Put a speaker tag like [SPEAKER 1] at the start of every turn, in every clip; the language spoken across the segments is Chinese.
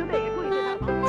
[SPEAKER 1] 球队也注意对他防守。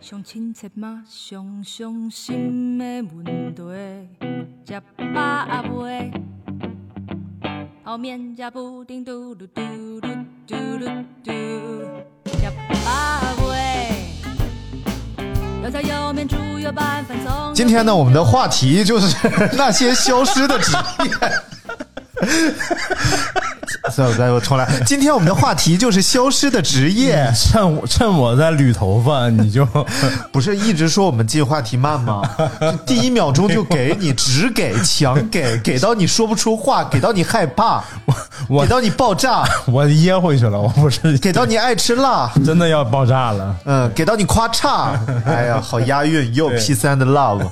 [SPEAKER 2] 上亲切嘛，上伤心的问题。食饱未？后面加布丁嘟噜嘟噜嘟噜嘟。食饱未？要菜要面猪油拌饭葱。
[SPEAKER 3] 今天呢，我们的话题就是 那些消失的职业。 算了，再我重来。今天我们的话题就是消失的职业。
[SPEAKER 4] 趁我趁我在捋头发，你就
[SPEAKER 3] 不是一直说我们进话题慢吗？就第一秒钟就给你，只给强 给，给到你说不出话，给到你害怕，
[SPEAKER 4] 我
[SPEAKER 3] 给到你爆炸，
[SPEAKER 4] 我噎回去了，我不是
[SPEAKER 3] 给到你爱吃辣，
[SPEAKER 4] 真的要爆炸了。
[SPEAKER 3] 嗯，给到你夸嚓， 哎呀，好押韵，又 P 三的 love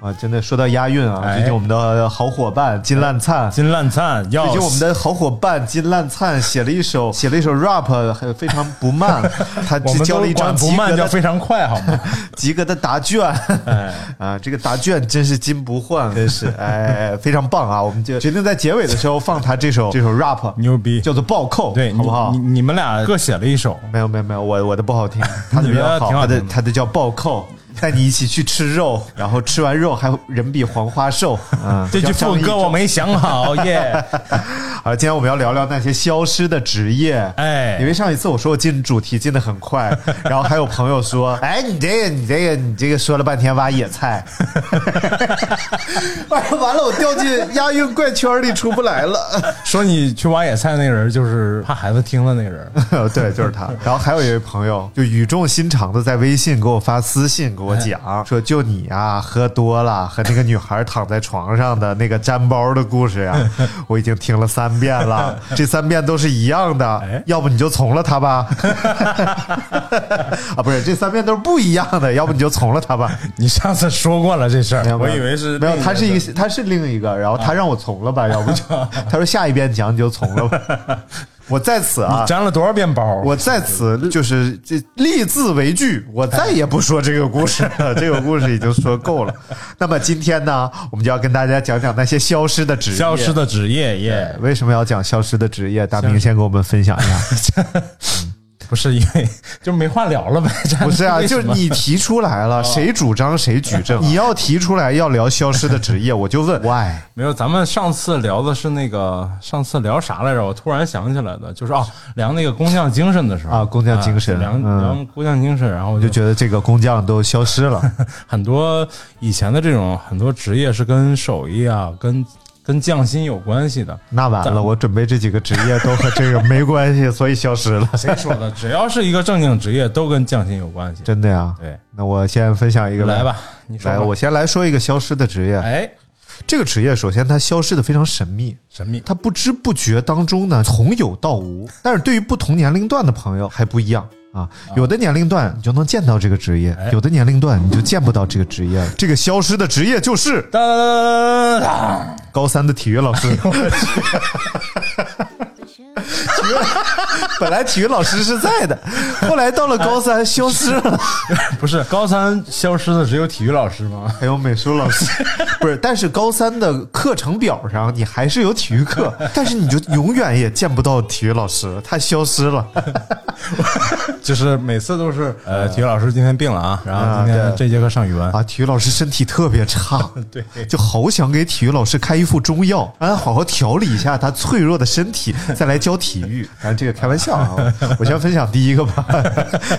[SPEAKER 3] 啊！真的说到押韵啊，
[SPEAKER 4] 哎
[SPEAKER 3] 最近我们的好伙伴金烂灿，
[SPEAKER 4] 金烂灿要
[SPEAKER 3] 最近我们的好伙伴金烂灿写了一首写了一首 rap，还非常 不慢，他
[SPEAKER 4] 我
[SPEAKER 3] 只
[SPEAKER 4] 们
[SPEAKER 3] 交了一张
[SPEAKER 4] 都管不
[SPEAKER 3] 及格
[SPEAKER 4] 慢叫
[SPEAKER 3] 的
[SPEAKER 4] 非常快，好吗？
[SPEAKER 3] 及格的答卷
[SPEAKER 4] 哎，
[SPEAKER 3] 啊，这个答卷真是金不换，真是哎，非常棒啊！我们就决定在结尾的时候放他 这首这首 rap，
[SPEAKER 4] 牛逼
[SPEAKER 3] 叫做暴扣，
[SPEAKER 4] 对，
[SPEAKER 3] 好不好
[SPEAKER 4] 你？你你们俩各写了一 首，
[SPEAKER 3] 没有没有没有，我我的不 好听，他的比较
[SPEAKER 4] 你的挺
[SPEAKER 3] 好，他
[SPEAKER 4] 好听
[SPEAKER 3] 的
[SPEAKER 4] 的
[SPEAKER 3] 他的叫暴 扣，带你一起去吃肉，然后吃完肉还人比黄 花瘦。嗯，
[SPEAKER 4] 这句副歌我没想 好耶。
[SPEAKER 3] 好，今天我们要聊聊那些消失的职业。
[SPEAKER 4] 哎
[SPEAKER 3] 因为上一次我说我进主题进的很快，然后还有朋友说， 哎，你这个你这个你这个说了半天挖野菜， 完了完了，我掉进押韵怪圈里出不来了。
[SPEAKER 4] 说你去挖野菜那人，就是怕孩子听了那人。
[SPEAKER 3] 对，就是他。然后还有一位朋友，就语重心长的在微信给我发私信，给
[SPEAKER 4] 哎
[SPEAKER 3] 我讲说，就你啊，喝多了和那个女孩躺在床上的那个粘包的故事呀、 我已经听了三遍了，这三遍都是一样的
[SPEAKER 4] 哎，
[SPEAKER 3] 要不你就从了 他吧。啊，不是，这三遍都是不一样的，要不你就从了他吧。
[SPEAKER 4] 你上次说过了这事
[SPEAKER 3] 没有
[SPEAKER 4] 儿，
[SPEAKER 3] 没
[SPEAKER 4] 我
[SPEAKER 3] 有
[SPEAKER 4] 以为是啊
[SPEAKER 3] 没有，
[SPEAKER 4] 另
[SPEAKER 3] 他
[SPEAKER 4] 人
[SPEAKER 3] 是一
[SPEAKER 4] 的
[SPEAKER 3] 个，他是另一个，然后他让我从了吧，要不就 他说下一遍讲你就从 了吧。我在此啊
[SPEAKER 4] 你，粘了多少遍包？啊
[SPEAKER 3] 我在此就是这立字为据，我再也不说这个 故事了，这个故事已经说够了。那么今天呢，我们就要跟大家讲讲那些消失的职业。
[SPEAKER 4] 消失的职业耶，
[SPEAKER 3] 为什么要讲消失的职业？大明先给我们分享一 下。
[SPEAKER 4] 不是因为就没话聊了呗？这样
[SPEAKER 3] 不是啊，
[SPEAKER 4] 为什
[SPEAKER 3] 就
[SPEAKER 4] 么哦
[SPEAKER 3] 是你提出来了，谁主张谁举证。啊 你要提出来要聊消失的职业，我就问 why。
[SPEAKER 4] 没有，咱们上次聊的是那个，上次聊啥来着？我突然想起来的，就是哦，聊那个工匠精神的时候
[SPEAKER 3] 啊工匠精神
[SPEAKER 4] 啊聊、
[SPEAKER 3] 嗯
[SPEAKER 4] 聊工匠精神，然后我
[SPEAKER 3] 就
[SPEAKER 4] 就
[SPEAKER 3] 觉得这个工匠都消失 了，
[SPEAKER 4] 很多以前的这种很多职业是跟手艺啊，跟跟匠心有关系的。
[SPEAKER 3] 那完了，我准备这几个职业都和这个没关系，所以消失 了。
[SPEAKER 4] 谁说的？只要是一个正经职业，都跟匠心有关系。
[SPEAKER 3] 真的呀？
[SPEAKER 4] 对，
[SPEAKER 3] 那我先分享一个
[SPEAKER 4] 来吧，你说
[SPEAKER 3] 来，我先来说一个消失的职业。
[SPEAKER 4] 哎，
[SPEAKER 3] 这个职业首先它消失的非常神秘，
[SPEAKER 4] 神秘，
[SPEAKER 3] 它不知不觉当中呢从有到无。但是对于不同年龄段的朋友还不一样。啊，有的年龄段你就能见到这个职
[SPEAKER 4] 哎
[SPEAKER 3] 业，有的年龄段你就见不到这个职业了。这个消失的职业就是
[SPEAKER 4] 哒哒哒哒
[SPEAKER 3] 高三的体育老师。
[SPEAKER 4] 哎
[SPEAKER 3] 本来体育老师是在的，后来到了高
[SPEAKER 4] 哎
[SPEAKER 3] 三消失了。
[SPEAKER 4] 哒， 不是高三消失的只有体育老师吗？
[SPEAKER 3] 还有美术老师， 不是，但是高三的课程表上你还是有体育课， 但是你就永远也见不到体育老师了，他消失 了。
[SPEAKER 4] 就是每次都是呃，体育老师今天病了啊，然后今
[SPEAKER 3] 啊
[SPEAKER 4] 天
[SPEAKER 3] 对
[SPEAKER 4] 这节课上语文，
[SPEAKER 3] 啊，体育老师身体特别 差，
[SPEAKER 4] 对
[SPEAKER 3] 就好想给体育老师开一副中药，让他好好调理一下他脆弱的身 体，再来教体育。当然这个开玩笑啊， 我先分 享第一个吧，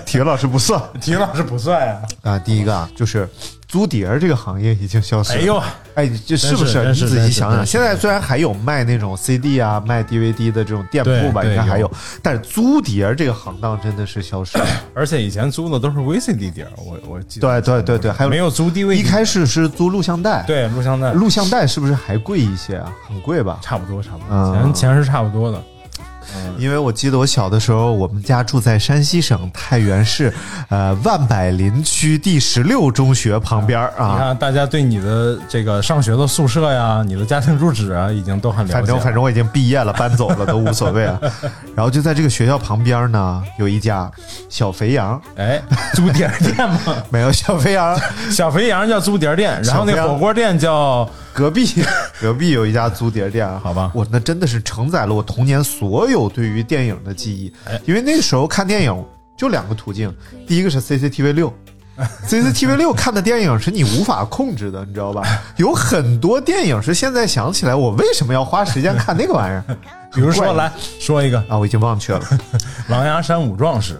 [SPEAKER 3] 体育老师不算
[SPEAKER 4] 体育老师不算呀、
[SPEAKER 3] 啊。第一个啊，就是租碟儿这个行业已经消失了。
[SPEAKER 4] 哎呦，
[SPEAKER 3] 哎，这是不
[SPEAKER 4] 真是
[SPEAKER 3] 你
[SPEAKER 4] 真是
[SPEAKER 3] 仔细想想，
[SPEAKER 4] 真是
[SPEAKER 3] 现在虽然还有卖那种 CD 啊、卖 DVD 的这种店铺吧，
[SPEAKER 4] 对对
[SPEAKER 3] 应该还
[SPEAKER 4] 有
[SPEAKER 3] 有，但是租碟儿这个行当真的是消失了。
[SPEAKER 4] 而且以前租的都是 VCD 碟儿，我我记得
[SPEAKER 3] 对对对对，还有
[SPEAKER 4] 没有租 DVD，
[SPEAKER 3] 一开始是租录像带，，
[SPEAKER 4] 对录像带，
[SPEAKER 3] 录像带是不是还贵一些啊？很贵吧？
[SPEAKER 4] 差不多差不
[SPEAKER 3] 嗯
[SPEAKER 4] 多，钱钱是差不多的。
[SPEAKER 3] 因为我记得我小的时候，我们家住在山西省太原市，呃，万柏林区第十六中学旁边儿
[SPEAKER 4] 你
[SPEAKER 3] 啊。
[SPEAKER 4] 看，大家对你的这个上学的宿舍呀、你的家庭住址啊，已经都很了解了。
[SPEAKER 3] 反正反正我已经毕业了，搬走了都无所谓 了。然后就在这个学校旁边儿呢，有一家小肥羊，
[SPEAKER 4] 哎，租碟儿店嘛，
[SPEAKER 3] 没有小 肥羊，
[SPEAKER 4] 小肥羊叫租碟儿店，然后那
[SPEAKER 3] 小肥羊
[SPEAKER 4] 火锅店叫
[SPEAKER 3] 隔壁隔壁有一家租碟店，啊
[SPEAKER 4] 好吧
[SPEAKER 3] 我那真的是承载了我童年所有对于电影的记忆，
[SPEAKER 4] 哎
[SPEAKER 3] 因为那时候看电影就两个途径，第一个是 CCTV 六。CCTV 六看的电影是你无法控制的，你知道 吧？有很多电影是现在想起来，我为什么要花时间看那个 玩意儿？
[SPEAKER 4] 比如
[SPEAKER 3] 怪
[SPEAKER 4] 说
[SPEAKER 3] 异
[SPEAKER 4] 来说一个《
[SPEAKER 3] 啊，我已经忘却了。
[SPEAKER 4] 狼牙山五壮士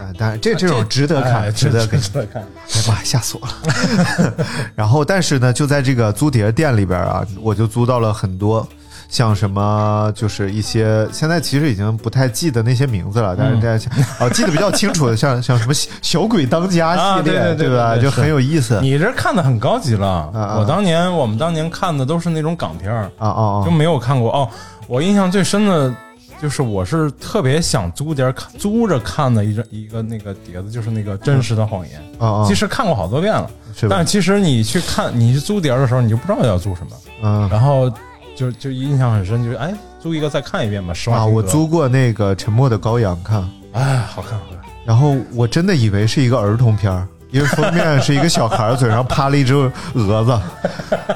[SPEAKER 3] 啊，当然这这种》，值得
[SPEAKER 4] 哎
[SPEAKER 3] 看，值得看。
[SPEAKER 4] 值得看。
[SPEAKER 3] 哎呀妈，吓死我了！ 然后，但是呢，就在这个租碟店里边啊，我就租到了很多，像什么就是一些现在其实已经不太记得那些名字了，但
[SPEAKER 4] 嗯
[SPEAKER 3] 是大家想哦记得比较清楚的，像像什么小小鬼当家系列，
[SPEAKER 4] 啊对对对
[SPEAKER 3] 吧？
[SPEAKER 4] 对对
[SPEAKER 3] 就很有意思。
[SPEAKER 4] 你这看的很高级了，
[SPEAKER 3] 啊
[SPEAKER 4] 我当年我们当年看的都是那种港片儿，
[SPEAKER 3] 啊啊啊
[SPEAKER 4] 就！没有看过哦。我印象最深的就是我是特别想租碟儿看，租着看的一张一个那个碟子，就是那个真实的谎言。
[SPEAKER 3] 啊啊
[SPEAKER 4] 其实看过好多遍了，
[SPEAKER 3] 是吧
[SPEAKER 4] 但其实你去看你去租碟儿的时候，你就不知道要租什么，
[SPEAKER 3] 嗯
[SPEAKER 4] 然后就就印象很深，就是哎租一个再看一遍吧，实话
[SPEAKER 3] 啊，
[SPEAKER 4] 听歌
[SPEAKER 3] 我租过那个《沉默的羔羊》看，
[SPEAKER 4] 哎好看好看，
[SPEAKER 3] 然后我真的以为是一个儿童片儿，因为封面是一个小孩儿嘴上趴了一只蛾子。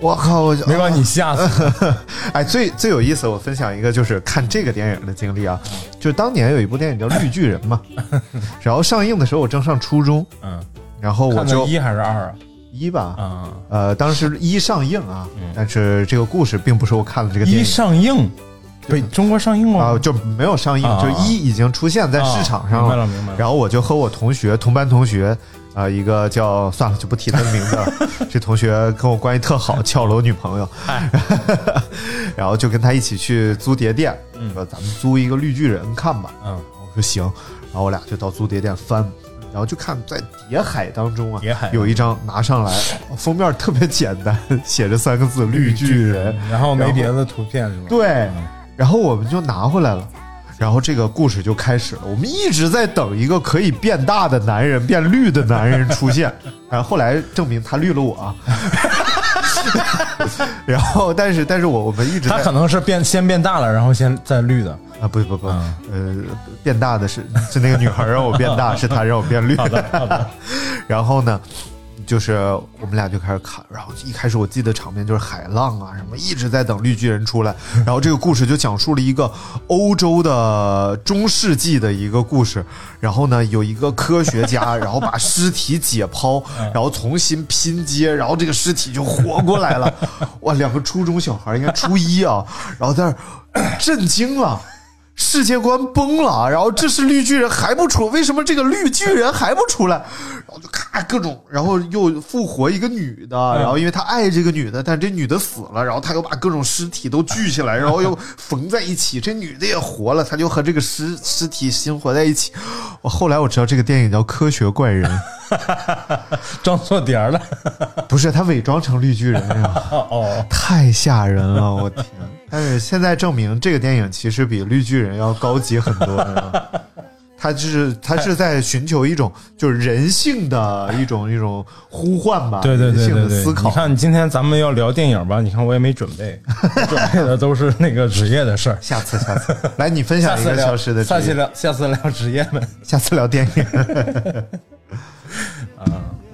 [SPEAKER 3] 我靠！我就
[SPEAKER 4] 没把你吓 死，
[SPEAKER 3] 哎，最最有意思，我分享一个就是看这个电影的经历啊，就是当年有一部电影叫《绿巨人》 嘛，然后上映的时候我正上初中，
[SPEAKER 4] 嗯，
[SPEAKER 3] 然后哦我
[SPEAKER 4] 看的
[SPEAKER 3] 就
[SPEAKER 4] 一还是二啊？
[SPEAKER 3] 一吧，
[SPEAKER 4] 啊，嗯
[SPEAKER 3] 呃，当时一上映啊，但是这个故事并不是我看了这个电
[SPEAKER 4] 一
[SPEAKER 3] 影。
[SPEAKER 4] 上映，对中国上映
[SPEAKER 3] 啊，
[SPEAKER 4] 吗？
[SPEAKER 3] 就没有上映，
[SPEAKER 4] 啊
[SPEAKER 3] 就一已经出现在市场上
[SPEAKER 4] 啊明白了明白了
[SPEAKER 3] 然后我就和我同学，同班同学，啊、一个叫算了，就不提他的名字了。这同学跟我关系特好，撬了我女朋友， 然后就跟他一起去租碟店，说咱们租一个绿巨人看吧。
[SPEAKER 4] 嗯，
[SPEAKER 3] 我说行，然后我俩就到租碟店翻，然后就看在碟海当中啊，
[SPEAKER 4] 碟海
[SPEAKER 3] 有一张拿上来，封面特别简单，写着三个字“绿巨人”，
[SPEAKER 4] 嗯然后没别的图片是吧？
[SPEAKER 3] 对，然后我们就拿回来了。然后这个故事就开始了，我们一直在等一个可以变大的男人、变绿的男人出现， 然后后来证明他绿了我啊。 然后，但是，但是我我们一直在
[SPEAKER 4] 它可能是变先变大了，然后先再绿 的。
[SPEAKER 3] 啊，不不不，
[SPEAKER 4] 嗯
[SPEAKER 3] 呃，变大的是 是那个女孩让我变大，是她让我变绿。 然后呢，就是我们俩就开始看，然后一开始我记得场面就是海浪啊什么，一直在等绿巨人出来。然后这个故事就讲述了一个欧洲的中世纪的一个故事。然后呢，有一个科学家，然后把尸体解剖，然后重新拼接，然后这个尸体就活过来了。哇，两个初中小孩应该初一啊，然后在那儿 震惊啊了。世界观崩了，然后这是绿巨人还不出，为什么这个绿巨人还不出来？然后就咔各种，然后又复活一个女的，然后因为他爱这个女的，但这女的死了，然后他又把各种尸体都聚起来，然后又缝在一起，这女的也活了，他就和这个尸尸体生活在一起。我后来我知道这个电影叫《科学怪人》，
[SPEAKER 4] 装错碟儿了。
[SPEAKER 3] 不是他伪装成绿巨人呀、
[SPEAKER 4] 哦，
[SPEAKER 3] 太吓 人了，我天！但是现在证明这个电影其实比《绿巨人》要高级很多，是吧？他就是他是在寻求一种就是人性的一种一种呼唤吧，
[SPEAKER 4] 哎 对对对
[SPEAKER 3] 人哦性
[SPEAKER 4] 对
[SPEAKER 3] 的
[SPEAKER 4] 对，
[SPEAKER 3] 思考
[SPEAKER 4] 你。看今天咱们要聊电影吧？你看我也没准 备，我准备的都是那个职业的事儿。
[SPEAKER 3] 下次下次 来，你分
[SPEAKER 4] 下
[SPEAKER 3] 享一
[SPEAKER 4] 次
[SPEAKER 3] 个
[SPEAKER 4] 聊，
[SPEAKER 3] 消失的职
[SPEAKER 4] 下次
[SPEAKER 3] 业，
[SPEAKER 4] 聊，下次聊职业们。
[SPEAKER 3] 下次聊电影。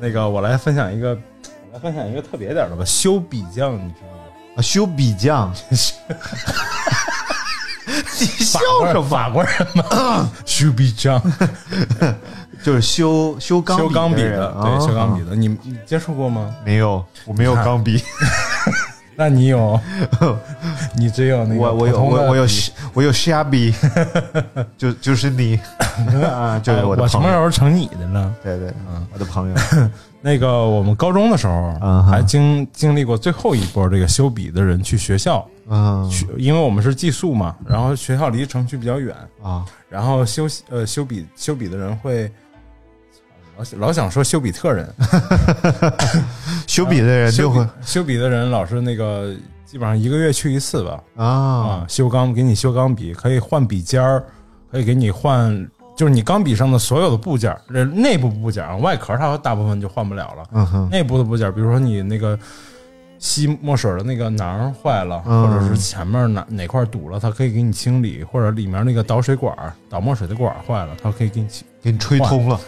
[SPEAKER 4] 那个，我来分享一个，我来分享一个特别点儿的吧。修笔匠，你知道吗？
[SPEAKER 3] 啊修笔 匠，你笑什么？
[SPEAKER 4] 法国人 嘛，修笔匠，
[SPEAKER 3] 就是修修钢
[SPEAKER 4] 修钢笔
[SPEAKER 3] 的人
[SPEAKER 4] 的，
[SPEAKER 3] 啊
[SPEAKER 4] 对，修钢笔的。你你接触过吗？
[SPEAKER 3] 没有，我没有
[SPEAKER 4] 看
[SPEAKER 3] 钢笔。
[SPEAKER 4] 那你有？你只有那个
[SPEAKER 3] 我我有
[SPEAKER 4] 普通的
[SPEAKER 3] 我我有
[SPEAKER 4] 笔
[SPEAKER 3] 修我有 shabby，就就是你 啊，就是
[SPEAKER 4] 哎
[SPEAKER 3] 我
[SPEAKER 4] 我
[SPEAKER 3] 的
[SPEAKER 4] 什
[SPEAKER 3] 朋
[SPEAKER 4] 么时
[SPEAKER 3] 友，
[SPEAKER 4] 候成你的了？
[SPEAKER 3] 对对，我的 朋友，
[SPEAKER 4] 那个我们高中的时候
[SPEAKER 3] 啊哈
[SPEAKER 4] 还经经历过最后一波这个修笔的人去学校，
[SPEAKER 3] 嗯
[SPEAKER 4] 去因为我们是寄宿嘛，然后学校离城区比较远，
[SPEAKER 3] 啊，
[SPEAKER 4] 然后修呃修笔修笔的人会。老想老想说修比特人，
[SPEAKER 3] 修笔的人哎就会
[SPEAKER 4] 修笔修笔的人老是那个，基本上一个月去一次吧。
[SPEAKER 3] 啊，
[SPEAKER 4] 啊，修钢给你修钢笔，可以换笔尖儿，可以给你换，就是你钢笔上的所有的部件儿，这内部部件儿啊，外壳它大部分就换不了了。
[SPEAKER 3] 嗯哼，
[SPEAKER 4] 内部的部件儿，比如说你那个吸墨水的那个囊儿坏了，
[SPEAKER 3] 嗯
[SPEAKER 4] 或者是前面哪哪块儿堵了，它可以给你清理；或者里面那个导水管儿导墨水的管儿坏了，它可以给你清。
[SPEAKER 3] 给你吹通了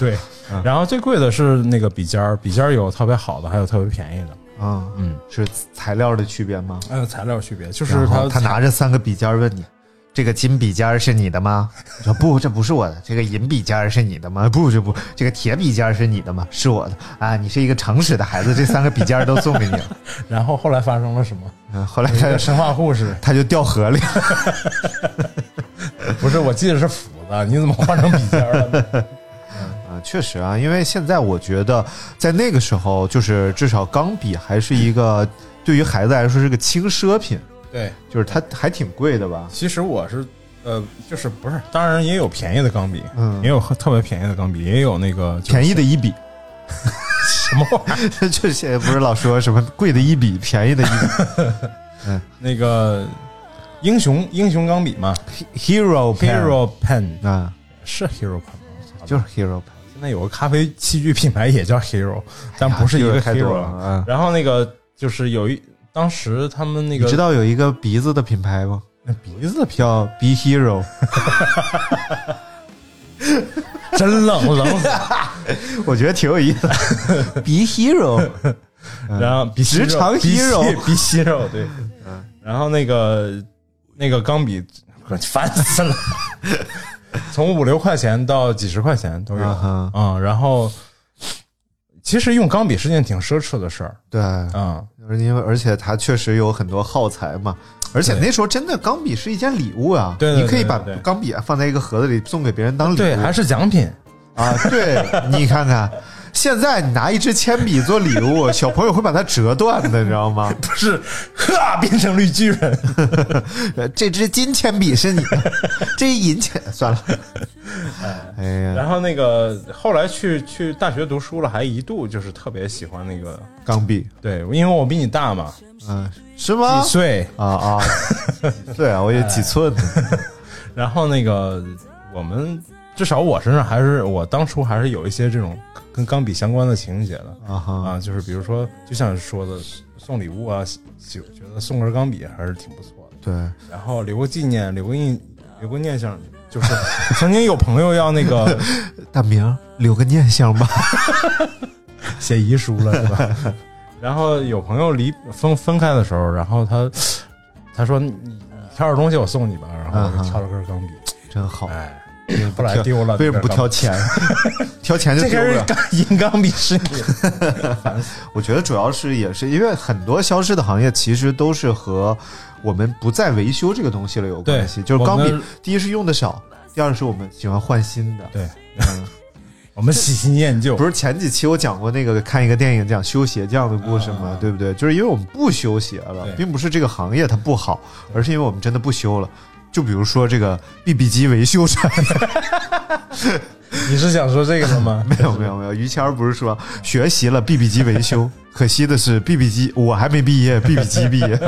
[SPEAKER 4] 对，
[SPEAKER 3] 嗯
[SPEAKER 4] 然后最贵的是那个笔尖儿，笔尖儿有特别好的，还有特别便宜的。
[SPEAKER 3] 啊，
[SPEAKER 4] 嗯，
[SPEAKER 3] 是材料的区别吗？
[SPEAKER 4] 还有材料区别，就是
[SPEAKER 3] 然后
[SPEAKER 4] 它
[SPEAKER 3] 他拿着三个笔尖儿问你：“这个金笔尖儿是你的吗？”你说：“不，这不是我的。”“这个银笔尖儿是你的吗？”“不，这不，这个铁笔尖儿是你的吗？”“是我的。”啊，你是一个诚实的孩子，这三个笔尖儿都送给你了。
[SPEAKER 4] 然后后来发生了 什么？
[SPEAKER 3] 嗯，后来
[SPEAKER 4] 一个
[SPEAKER 3] 他
[SPEAKER 4] 生化护士，
[SPEAKER 3] 他就掉河里了。
[SPEAKER 4] 不是，我记得是斧子，你怎么换成笔尖儿了 呢？
[SPEAKER 3] 啊，确实啊，因为现在我觉得在那个时候，就是至少钢笔还是一个对于孩子来说是个轻奢品，
[SPEAKER 4] 对，
[SPEAKER 3] 就是它还挺贵的吧？
[SPEAKER 4] 其实我是呃，就是不是，当然也有便宜的钢笔，
[SPEAKER 3] 嗯
[SPEAKER 4] 也有特别便宜的钢笔，也有那个就是
[SPEAKER 3] 便宜的一 笔，
[SPEAKER 4] 什么玩意儿，
[SPEAKER 3] 这现在不是老说什么贵的一笔，便宜的一笔。
[SPEAKER 4] 那个英雄英雄钢笔嘛
[SPEAKER 3] Hero pen
[SPEAKER 4] ，Hero Pen
[SPEAKER 3] 啊，
[SPEAKER 4] 是 Hero Pen 吗？
[SPEAKER 3] 就是 Hero pen。
[SPEAKER 4] 现在有个咖啡器具品牌也叫 Hero，但不是一
[SPEAKER 3] 哎
[SPEAKER 4] 个
[SPEAKER 3] 呀 Hero 太
[SPEAKER 4] Hero
[SPEAKER 3] 多
[SPEAKER 4] 了。
[SPEAKER 3] 了啊
[SPEAKER 4] 然后那个就是有一，当时他们那
[SPEAKER 3] 你
[SPEAKER 4] 个
[SPEAKER 3] 知道有一个鼻子的品牌吗？
[SPEAKER 4] 那鼻子
[SPEAKER 3] 叫 Be Hero。
[SPEAKER 4] 真冷，冷死了。
[SPEAKER 3] 我觉得挺有意思的。Be Hero
[SPEAKER 4] 然后比
[SPEAKER 3] 嗯
[SPEAKER 4] 吸
[SPEAKER 3] 职
[SPEAKER 4] 肉
[SPEAKER 3] 场
[SPEAKER 4] 比吸
[SPEAKER 3] hero 嗯
[SPEAKER 4] 比吸肉对，然后那个那个钢笔，可烦死了， 从五六块钱到几十块钱都有
[SPEAKER 3] 啊哈
[SPEAKER 4] 啊、嗯然后其实用钢笔是件挺奢侈的事儿
[SPEAKER 3] 对，
[SPEAKER 4] 啊、
[SPEAKER 3] 而因为而且它确实有很多耗材嘛。而且那时候真的钢笔是一件礼物啊，
[SPEAKER 4] 对对对
[SPEAKER 3] 你可以把
[SPEAKER 4] 对对对
[SPEAKER 3] 钢笔啊放在一个盒子里送给别人当礼物，
[SPEAKER 4] 对，还是奖品。
[SPEAKER 3] 啊，对你看看，现在你拿一支铅笔做礼物，小朋友会把它折断的，你知道吗？
[SPEAKER 4] 不是， 呵，变成绿巨人。
[SPEAKER 3] 呃这支金铅笔是你的，这银铅 算了，哎呀，
[SPEAKER 4] 然后那个后来去去大学读书了，还一度就是特别喜欢那个，
[SPEAKER 3] 钢笔，
[SPEAKER 4] 对，因为我比你大嘛，
[SPEAKER 3] 嗯，是吗？
[SPEAKER 4] 几岁，
[SPEAKER 3] 啊啊，几岁啊？我也几寸呢。
[SPEAKER 4] 然后那个我们至少我身上还是我当初还是有一些这种跟钢笔相关的情节的
[SPEAKER 3] 啊哈，
[SPEAKER 4] 啊，就是比如说就像说的送礼物啊，喜觉得送根钢笔还是挺不错的，
[SPEAKER 3] 对，
[SPEAKER 4] 然后留个纪念，留个印，留个念想，就是曾经有朋友要那 个
[SPEAKER 3] 大明留个念想吧。
[SPEAKER 4] 写遗书了，是吧？ 然后有朋友离分分开的时候，然后他他说你你挑点东西我送你吧，然后
[SPEAKER 3] 啊
[SPEAKER 4] 我就挑了根钢笔，
[SPEAKER 3] 真好，
[SPEAKER 4] 哎，后来丢了，
[SPEAKER 3] 为什么
[SPEAKER 4] 那根钢
[SPEAKER 3] 不
[SPEAKER 4] 笔
[SPEAKER 3] 挑钱？ 挑钱就
[SPEAKER 4] 这
[SPEAKER 3] 丢
[SPEAKER 4] 根
[SPEAKER 3] 了。
[SPEAKER 4] 钢银钢笔是你的，
[SPEAKER 3] 我觉得主要是也是因为很多消失的行业其实都是和我们不再维修这个东西了有关系。
[SPEAKER 4] 对
[SPEAKER 3] 就是钢
[SPEAKER 4] 我
[SPEAKER 3] 笔
[SPEAKER 4] 们，
[SPEAKER 3] 第一是用的少，第二是我们喜欢换新的。
[SPEAKER 4] 对
[SPEAKER 3] 嗯，
[SPEAKER 4] 我们喜新厌旧
[SPEAKER 3] 不。是前几期我讲过那个看一个电影讲修鞋匠的故事
[SPEAKER 4] 啊
[SPEAKER 3] 吗
[SPEAKER 4] 啊？
[SPEAKER 3] 对不对？就是因为我们不修鞋了
[SPEAKER 4] 对，
[SPEAKER 3] 并不是这个行业它不好，而是因为我们真的不修了。就比如说这个 BB 机维修厂，
[SPEAKER 4] 你是想说这个的吗？
[SPEAKER 3] 没有没有没有，于谦儿不是说学习了 BB 机维修， 可惜的是 BB 机我还没毕业，BB 机毕 业。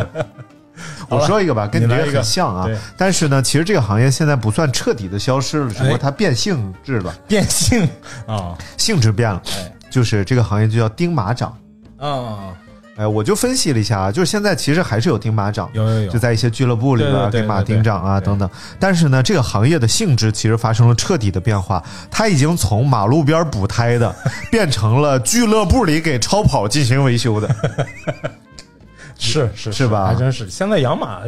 [SPEAKER 3] 我说一个吧，跟你
[SPEAKER 4] 你
[SPEAKER 3] 这
[SPEAKER 4] 来
[SPEAKER 3] 个
[SPEAKER 4] 一个
[SPEAKER 3] 很像啊
[SPEAKER 4] 对，
[SPEAKER 3] 但是呢，其实这个行业现在不算彻底的消失了，只不过
[SPEAKER 4] 哎
[SPEAKER 3] 它变性质了，
[SPEAKER 4] 变性啊
[SPEAKER 3] 性质变了
[SPEAKER 4] 哎，
[SPEAKER 3] 就是这个行业就叫钉马掌。
[SPEAKER 4] 啊，
[SPEAKER 3] 哎，我就分析了一下啊，就是现在其实还是有钉马掌，
[SPEAKER 4] 有有有
[SPEAKER 3] 就在一些俱乐部里边
[SPEAKER 4] 哎对对对
[SPEAKER 3] 钉马
[SPEAKER 4] 对对
[SPEAKER 3] 钉掌啊
[SPEAKER 4] 对
[SPEAKER 3] 等等。但是呢，这个行业的性质其实发生了彻底的变化，它已经从马路边补胎的变成了俱乐部里给超跑进行 维修的。
[SPEAKER 4] 是是
[SPEAKER 3] 是吧
[SPEAKER 4] 还真是。现在养马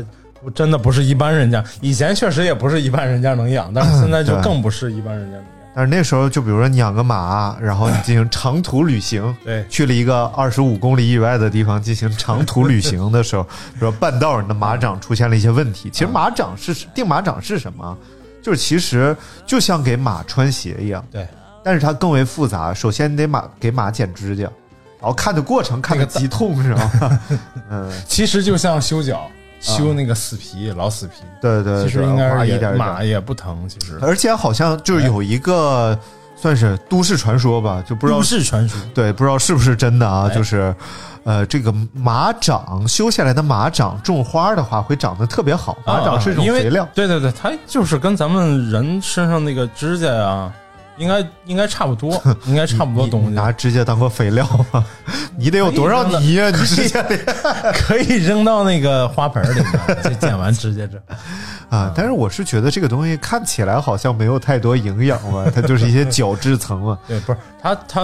[SPEAKER 4] 不真的不是一般人家，以前确实也不是一般人家能养，但是现在就
[SPEAKER 3] 嗯对
[SPEAKER 4] 更不是一般人家能养。
[SPEAKER 3] 但是那时候就比如说你养个马，啊然后你进行长途旅行，
[SPEAKER 4] 对
[SPEAKER 3] 去了一个二十五公里以外的地方进行长途旅行的时候，比如说半道你的马掌出现了一些问
[SPEAKER 4] 啊
[SPEAKER 3] 题。其实马掌是定马掌是什么？就是其实就像给马穿鞋一样，
[SPEAKER 4] 对，
[SPEAKER 3] 但是它更为复杂。首先你得马给马剪指甲，然后看的过程看的极痛，是吧？嗯，
[SPEAKER 4] 其实就像修
[SPEAKER 3] 啊
[SPEAKER 4] 脚，修那个死皮，老死皮，
[SPEAKER 3] 对对，对
[SPEAKER 4] 其实应该
[SPEAKER 3] 呃花
[SPEAKER 4] 是
[SPEAKER 3] 一
[SPEAKER 4] 也
[SPEAKER 3] 点儿
[SPEAKER 4] 马也不疼，其实
[SPEAKER 3] 而且好像就是有一个算是都市传说吧，就不知道
[SPEAKER 5] 都市传说，
[SPEAKER 3] 对，不知道是不是真的啊？
[SPEAKER 4] 哎
[SPEAKER 3] 就是，呃，这个马掌修下来的马掌种花的话，会长得特别好。马掌是一种
[SPEAKER 4] 啊因为
[SPEAKER 3] 肥料，
[SPEAKER 4] 对对对，它就是跟咱们人身上那个指甲啊，应该应该差不 多，应该差不多
[SPEAKER 3] 你
[SPEAKER 4] 东
[SPEAKER 3] 你
[SPEAKER 4] 西。
[SPEAKER 3] 拿指甲当过肥料吗？ 你
[SPEAKER 4] 哎
[SPEAKER 3] 得有多少泥 呀、你指甲里
[SPEAKER 4] 可以扔到那个花盆里面， 再剪完指甲这。
[SPEAKER 3] 啊！但是我是觉得这个东西看起来好像没有太多营养嘛， 它就是一些角质层嘛。
[SPEAKER 4] 对，不是它它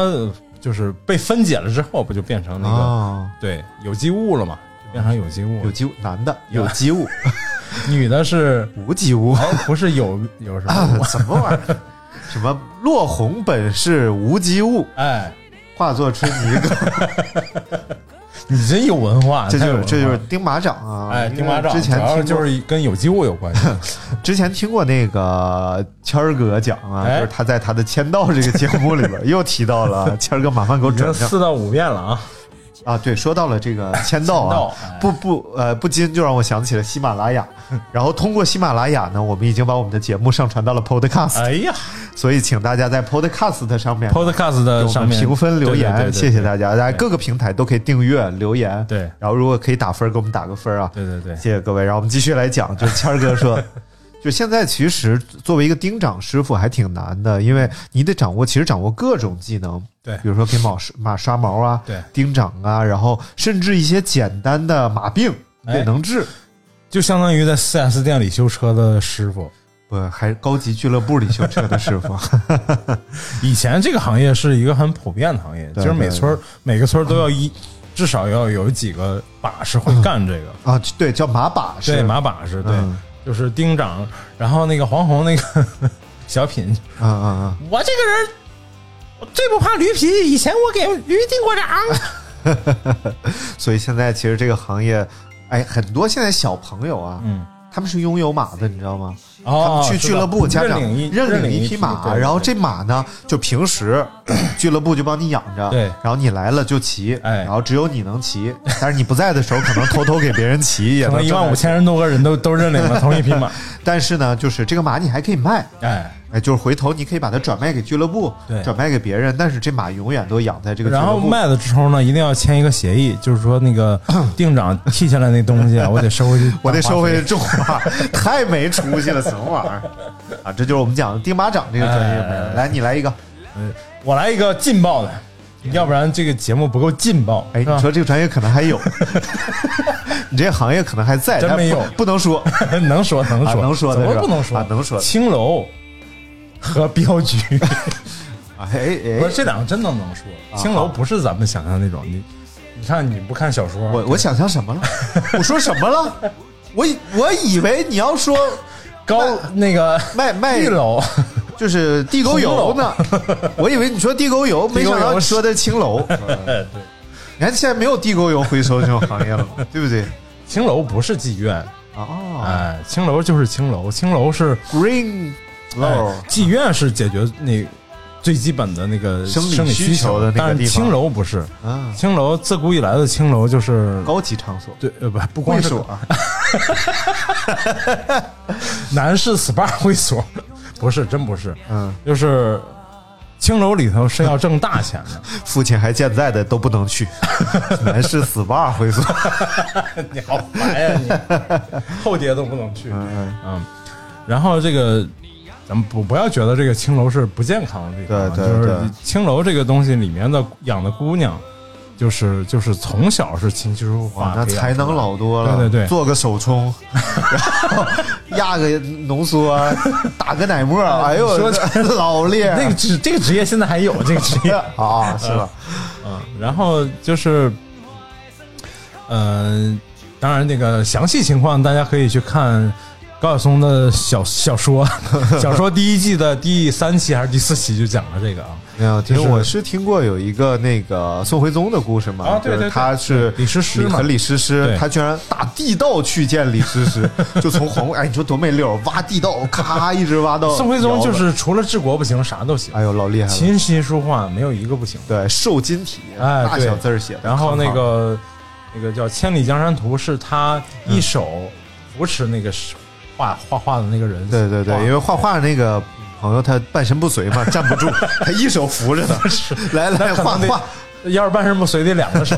[SPEAKER 4] 就是被分解了之后，不就变成那个、
[SPEAKER 3] 啊，
[SPEAKER 4] 对有机物了嘛？就变成有机物了，
[SPEAKER 3] 有机物，男的有机 物，
[SPEAKER 4] 女的 是
[SPEAKER 3] 无机物。
[SPEAKER 4] 哎不是有有什
[SPEAKER 3] 啊
[SPEAKER 4] 么物？，
[SPEAKER 3] 什么玩意儿？什么落红本是无机物，
[SPEAKER 4] 哎，
[SPEAKER 3] 化作春泥 更。
[SPEAKER 4] 你真有文化，
[SPEAKER 3] 这
[SPEAKER 4] 啊太有
[SPEAKER 3] 就是
[SPEAKER 4] 文化
[SPEAKER 3] 这就是钉马掌啊！
[SPEAKER 4] 哎，
[SPEAKER 3] 因为
[SPEAKER 4] 钉马掌，
[SPEAKER 3] 之前
[SPEAKER 4] 主要
[SPEAKER 3] 听
[SPEAKER 4] 就
[SPEAKER 3] 过
[SPEAKER 4] 是跟有机物有关系。
[SPEAKER 3] 之前听过那个谦儿哥讲啊，
[SPEAKER 4] 哎
[SPEAKER 3] 就是他在他的签到这个节目里边 又提到了谦儿哥，麻烦 给我
[SPEAKER 4] 已经
[SPEAKER 3] 转上
[SPEAKER 4] 四到五遍了 啊！
[SPEAKER 3] 啊！对，说到了这个签到啊，
[SPEAKER 4] 签到哎
[SPEAKER 3] 不不呃不禁就让我想起了喜马 拉雅，然后通过喜马拉雅呢，我们已经把我们的节目上传到了 Podcast，、
[SPEAKER 4] 哎呀
[SPEAKER 3] 所以请大家在 Podcast 上面
[SPEAKER 4] ，Podcast 的
[SPEAKER 3] 给我
[SPEAKER 4] 上
[SPEAKER 3] 们
[SPEAKER 4] 面
[SPEAKER 3] 评分留
[SPEAKER 4] 对对
[SPEAKER 3] 言，
[SPEAKER 4] 对对
[SPEAKER 3] 谢谢大家，大家
[SPEAKER 4] 对
[SPEAKER 3] 各个平台都可以订阅留言，
[SPEAKER 4] 对
[SPEAKER 3] 然后如果可以打分，给我们打个分啊，
[SPEAKER 4] 对对对，
[SPEAKER 3] 谢谢各位，然后我们继续来讲，就是谦儿哥说， 就现在其实作为一个钉掌师傅还挺难的，因为你得掌握，其实掌握各种技能，
[SPEAKER 4] 对
[SPEAKER 3] 比如说给马刷马刷毛啊，
[SPEAKER 4] 对
[SPEAKER 3] 钉掌啊，然后甚至一些简单的马病你
[SPEAKER 4] 哎
[SPEAKER 3] 得能治。
[SPEAKER 4] 就相当于在 4S 店里修车的师傅。
[SPEAKER 3] 不，还是高级俱乐部里修车 的师傅，
[SPEAKER 4] 以前这个行业是一个很普遍的行业，就
[SPEAKER 3] 对
[SPEAKER 4] 是每村儿每个村儿都要一，至少要有几个把式会干这个。
[SPEAKER 3] 啊，对，叫马把式，
[SPEAKER 4] 对，马把式，对
[SPEAKER 3] 嗯，
[SPEAKER 4] 就是丁长，然后那个黄宏那个 小品，
[SPEAKER 3] 啊啊啊，
[SPEAKER 4] 我这个人我最不怕驴皮，以前我给驴定过掌。
[SPEAKER 3] 啊嗯所以现在其实这个行业，哎，很多现在小朋友啊，
[SPEAKER 4] 嗯，
[SPEAKER 3] 他们是拥有马的，你知道吗？他
[SPEAKER 4] 哦
[SPEAKER 3] 们，去
[SPEAKER 4] 知
[SPEAKER 3] 俱
[SPEAKER 4] 道
[SPEAKER 3] 乐部，家长
[SPEAKER 4] 认领一
[SPEAKER 3] 领
[SPEAKER 4] 一
[SPEAKER 3] 匹
[SPEAKER 4] 对
[SPEAKER 3] 马，
[SPEAKER 4] 对
[SPEAKER 3] 然后
[SPEAKER 4] 对
[SPEAKER 3] 这马呢，就 平时俱乐部就帮你养着，
[SPEAKER 4] 对
[SPEAKER 3] 然后你来了就骑，
[SPEAKER 4] 哎
[SPEAKER 3] 然后只有你能骑，但是你不在的时候，可能偷偷给别人 骑也
[SPEAKER 4] 可能一
[SPEAKER 3] 挣
[SPEAKER 4] 万
[SPEAKER 3] 点
[SPEAKER 4] 五千人多个人 都都认领了同一匹马，
[SPEAKER 3] 钱，但是呢，就是这个马你还可以卖。
[SPEAKER 4] 哎，
[SPEAKER 3] 哎，就是回头你可以把它转卖给俱乐部，
[SPEAKER 4] 对
[SPEAKER 3] 转卖给别人，但是这马永远都养在这个俱
[SPEAKER 4] 然
[SPEAKER 3] 乐
[SPEAKER 4] 后
[SPEAKER 3] 部。
[SPEAKER 4] 卖了之后呢，一定要签一个协议，就是说那 个定长剃下来那东 西啊，我得收回去，
[SPEAKER 3] 我得收回。种花， 太没出息了，什么玩意儿啊！这就是我们讲的钉马掌这个专业。
[SPEAKER 4] 哎
[SPEAKER 3] 来，你来一个，
[SPEAKER 4] 我来一个劲爆的，要不然这个节目不够劲爆。
[SPEAKER 3] 哎，
[SPEAKER 4] 是吧
[SPEAKER 3] 你说这个专业可能还有，你这行业可能还在，
[SPEAKER 4] 真
[SPEAKER 3] 但
[SPEAKER 4] 没
[SPEAKER 3] 不
[SPEAKER 4] 有
[SPEAKER 3] 不能说
[SPEAKER 4] 能说能
[SPEAKER 3] 啊
[SPEAKER 4] 说
[SPEAKER 3] 能说的
[SPEAKER 4] 怎
[SPEAKER 3] 是
[SPEAKER 4] 么
[SPEAKER 3] 吧
[SPEAKER 4] 不能说
[SPEAKER 3] 啊能说的
[SPEAKER 4] 青楼和镖局，
[SPEAKER 3] 哎啊
[SPEAKER 4] 不
[SPEAKER 3] 哎
[SPEAKER 4] 是，这两个真的能说。青楼不是咱们想象那种，你你看你不看小说，
[SPEAKER 3] 我我想象什么了？我说什么了？我以我以为你要说
[SPEAKER 4] 高那个
[SPEAKER 3] 卖卖
[SPEAKER 4] 玉楼，
[SPEAKER 3] 就是地沟油呢， 我以为你说地沟油，没
[SPEAKER 4] 沟
[SPEAKER 3] 想
[SPEAKER 4] 油
[SPEAKER 3] 到你
[SPEAKER 4] 是
[SPEAKER 3] 说的青 楼。
[SPEAKER 4] 对，
[SPEAKER 3] 你看现在没有地沟油回收这种行业 了嘛，对不对？
[SPEAKER 4] 青楼不是妓院，
[SPEAKER 3] 哦
[SPEAKER 4] 哎，青楼就是青楼，青楼是
[SPEAKER 3] ，Green
[SPEAKER 4] 哎
[SPEAKER 3] Low，
[SPEAKER 4] 妓院是解决那最基本的那个
[SPEAKER 3] 生理
[SPEAKER 4] 理
[SPEAKER 3] 需求的那个
[SPEAKER 4] 但
[SPEAKER 3] 地
[SPEAKER 4] 是
[SPEAKER 3] 方
[SPEAKER 4] 青楼不是，
[SPEAKER 3] 啊，
[SPEAKER 4] 青楼自古以来的青楼就是
[SPEAKER 3] 高级场所，
[SPEAKER 4] 对呃不不
[SPEAKER 3] 会啊
[SPEAKER 4] 光是
[SPEAKER 3] 所，
[SPEAKER 4] 男士 SPA 会所，不是真不是，
[SPEAKER 3] 嗯，
[SPEAKER 4] 就是青楼里头是要挣大钱的，
[SPEAKER 3] 父亲还健在的都不能 去，男士 SPA 会所。
[SPEAKER 4] 你好烦呀、 你，后爹都不能去，嗯然后这个。咱们不不要觉得这个青楼是不健康的地方啊，
[SPEAKER 3] 对对
[SPEAKER 4] 就是
[SPEAKER 3] 对
[SPEAKER 4] 青楼这个东西里面的养的姑娘，就是就是从小是琴棋书
[SPEAKER 3] 哇
[SPEAKER 4] 画，，
[SPEAKER 3] 那才能。老多了。
[SPEAKER 4] 对对对
[SPEAKER 3] 做个手冲， 然后压个浓缩，打个奶沫， 哎呦，
[SPEAKER 4] 你 说
[SPEAKER 3] 这老练
[SPEAKER 4] 那个职这个职业现在 还有这个职业，
[SPEAKER 3] 啊，是吧？
[SPEAKER 4] 嗯，然后就是，呃嗯、当然那个详细情况大家可以去看高晓松的小小说， 小说第一季的第三期还是第四期就讲了这个啊。
[SPEAKER 3] 没有听，
[SPEAKER 4] 就是
[SPEAKER 3] 我是听过有一个那个宋徽宗的故事嘛，
[SPEAKER 4] 啊对对
[SPEAKER 3] 就是
[SPEAKER 4] 对
[SPEAKER 3] 他是
[SPEAKER 4] 李师师
[SPEAKER 3] 李
[SPEAKER 4] 嘛
[SPEAKER 3] 和李师师
[SPEAKER 4] 对，
[SPEAKER 3] 他居然打地道去见李 师师，就从皇宫，哎，你说多没溜儿，挖地道，咔一直挖到
[SPEAKER 4] 宋徽宗就
[SPEAKER 3] 窑子，
[SPEAKER 4] 是除了治国不行，啥都行
[SPEAKER 3] 哦哎，呦，老厉害了，
[SPEAKER 4] 琴棋书画没有一个不行。
[SPEAKER 3] 对，瘦金体，
[SPEAKER 4] 哎，
[SPEAKER 3] 大
[SPEAKER 4] 对
[SPEAKER 3] 小字儿写的，
[SPEAKER 4] 然后那
[SPEAKER 3] 康康
[SPEAKER 4] 个那个叫《千里江山图》是他
[SPEAKER 3] 嗯
[SPEAKER 4] 一手扶持那个画画画的那个人，
[SPEAKER 3] 对对对，因为画画那个朋友他半身不 遂嘛，站不住，他一手扶着呢， 来来
[SPEAKER 4] 那可
[SPEAKER 3] 哎画
[SPEAKER 4] 能得
[SPEAKER 3] 画，
[SPEAKER 4] 要是半身不遂得两个 手，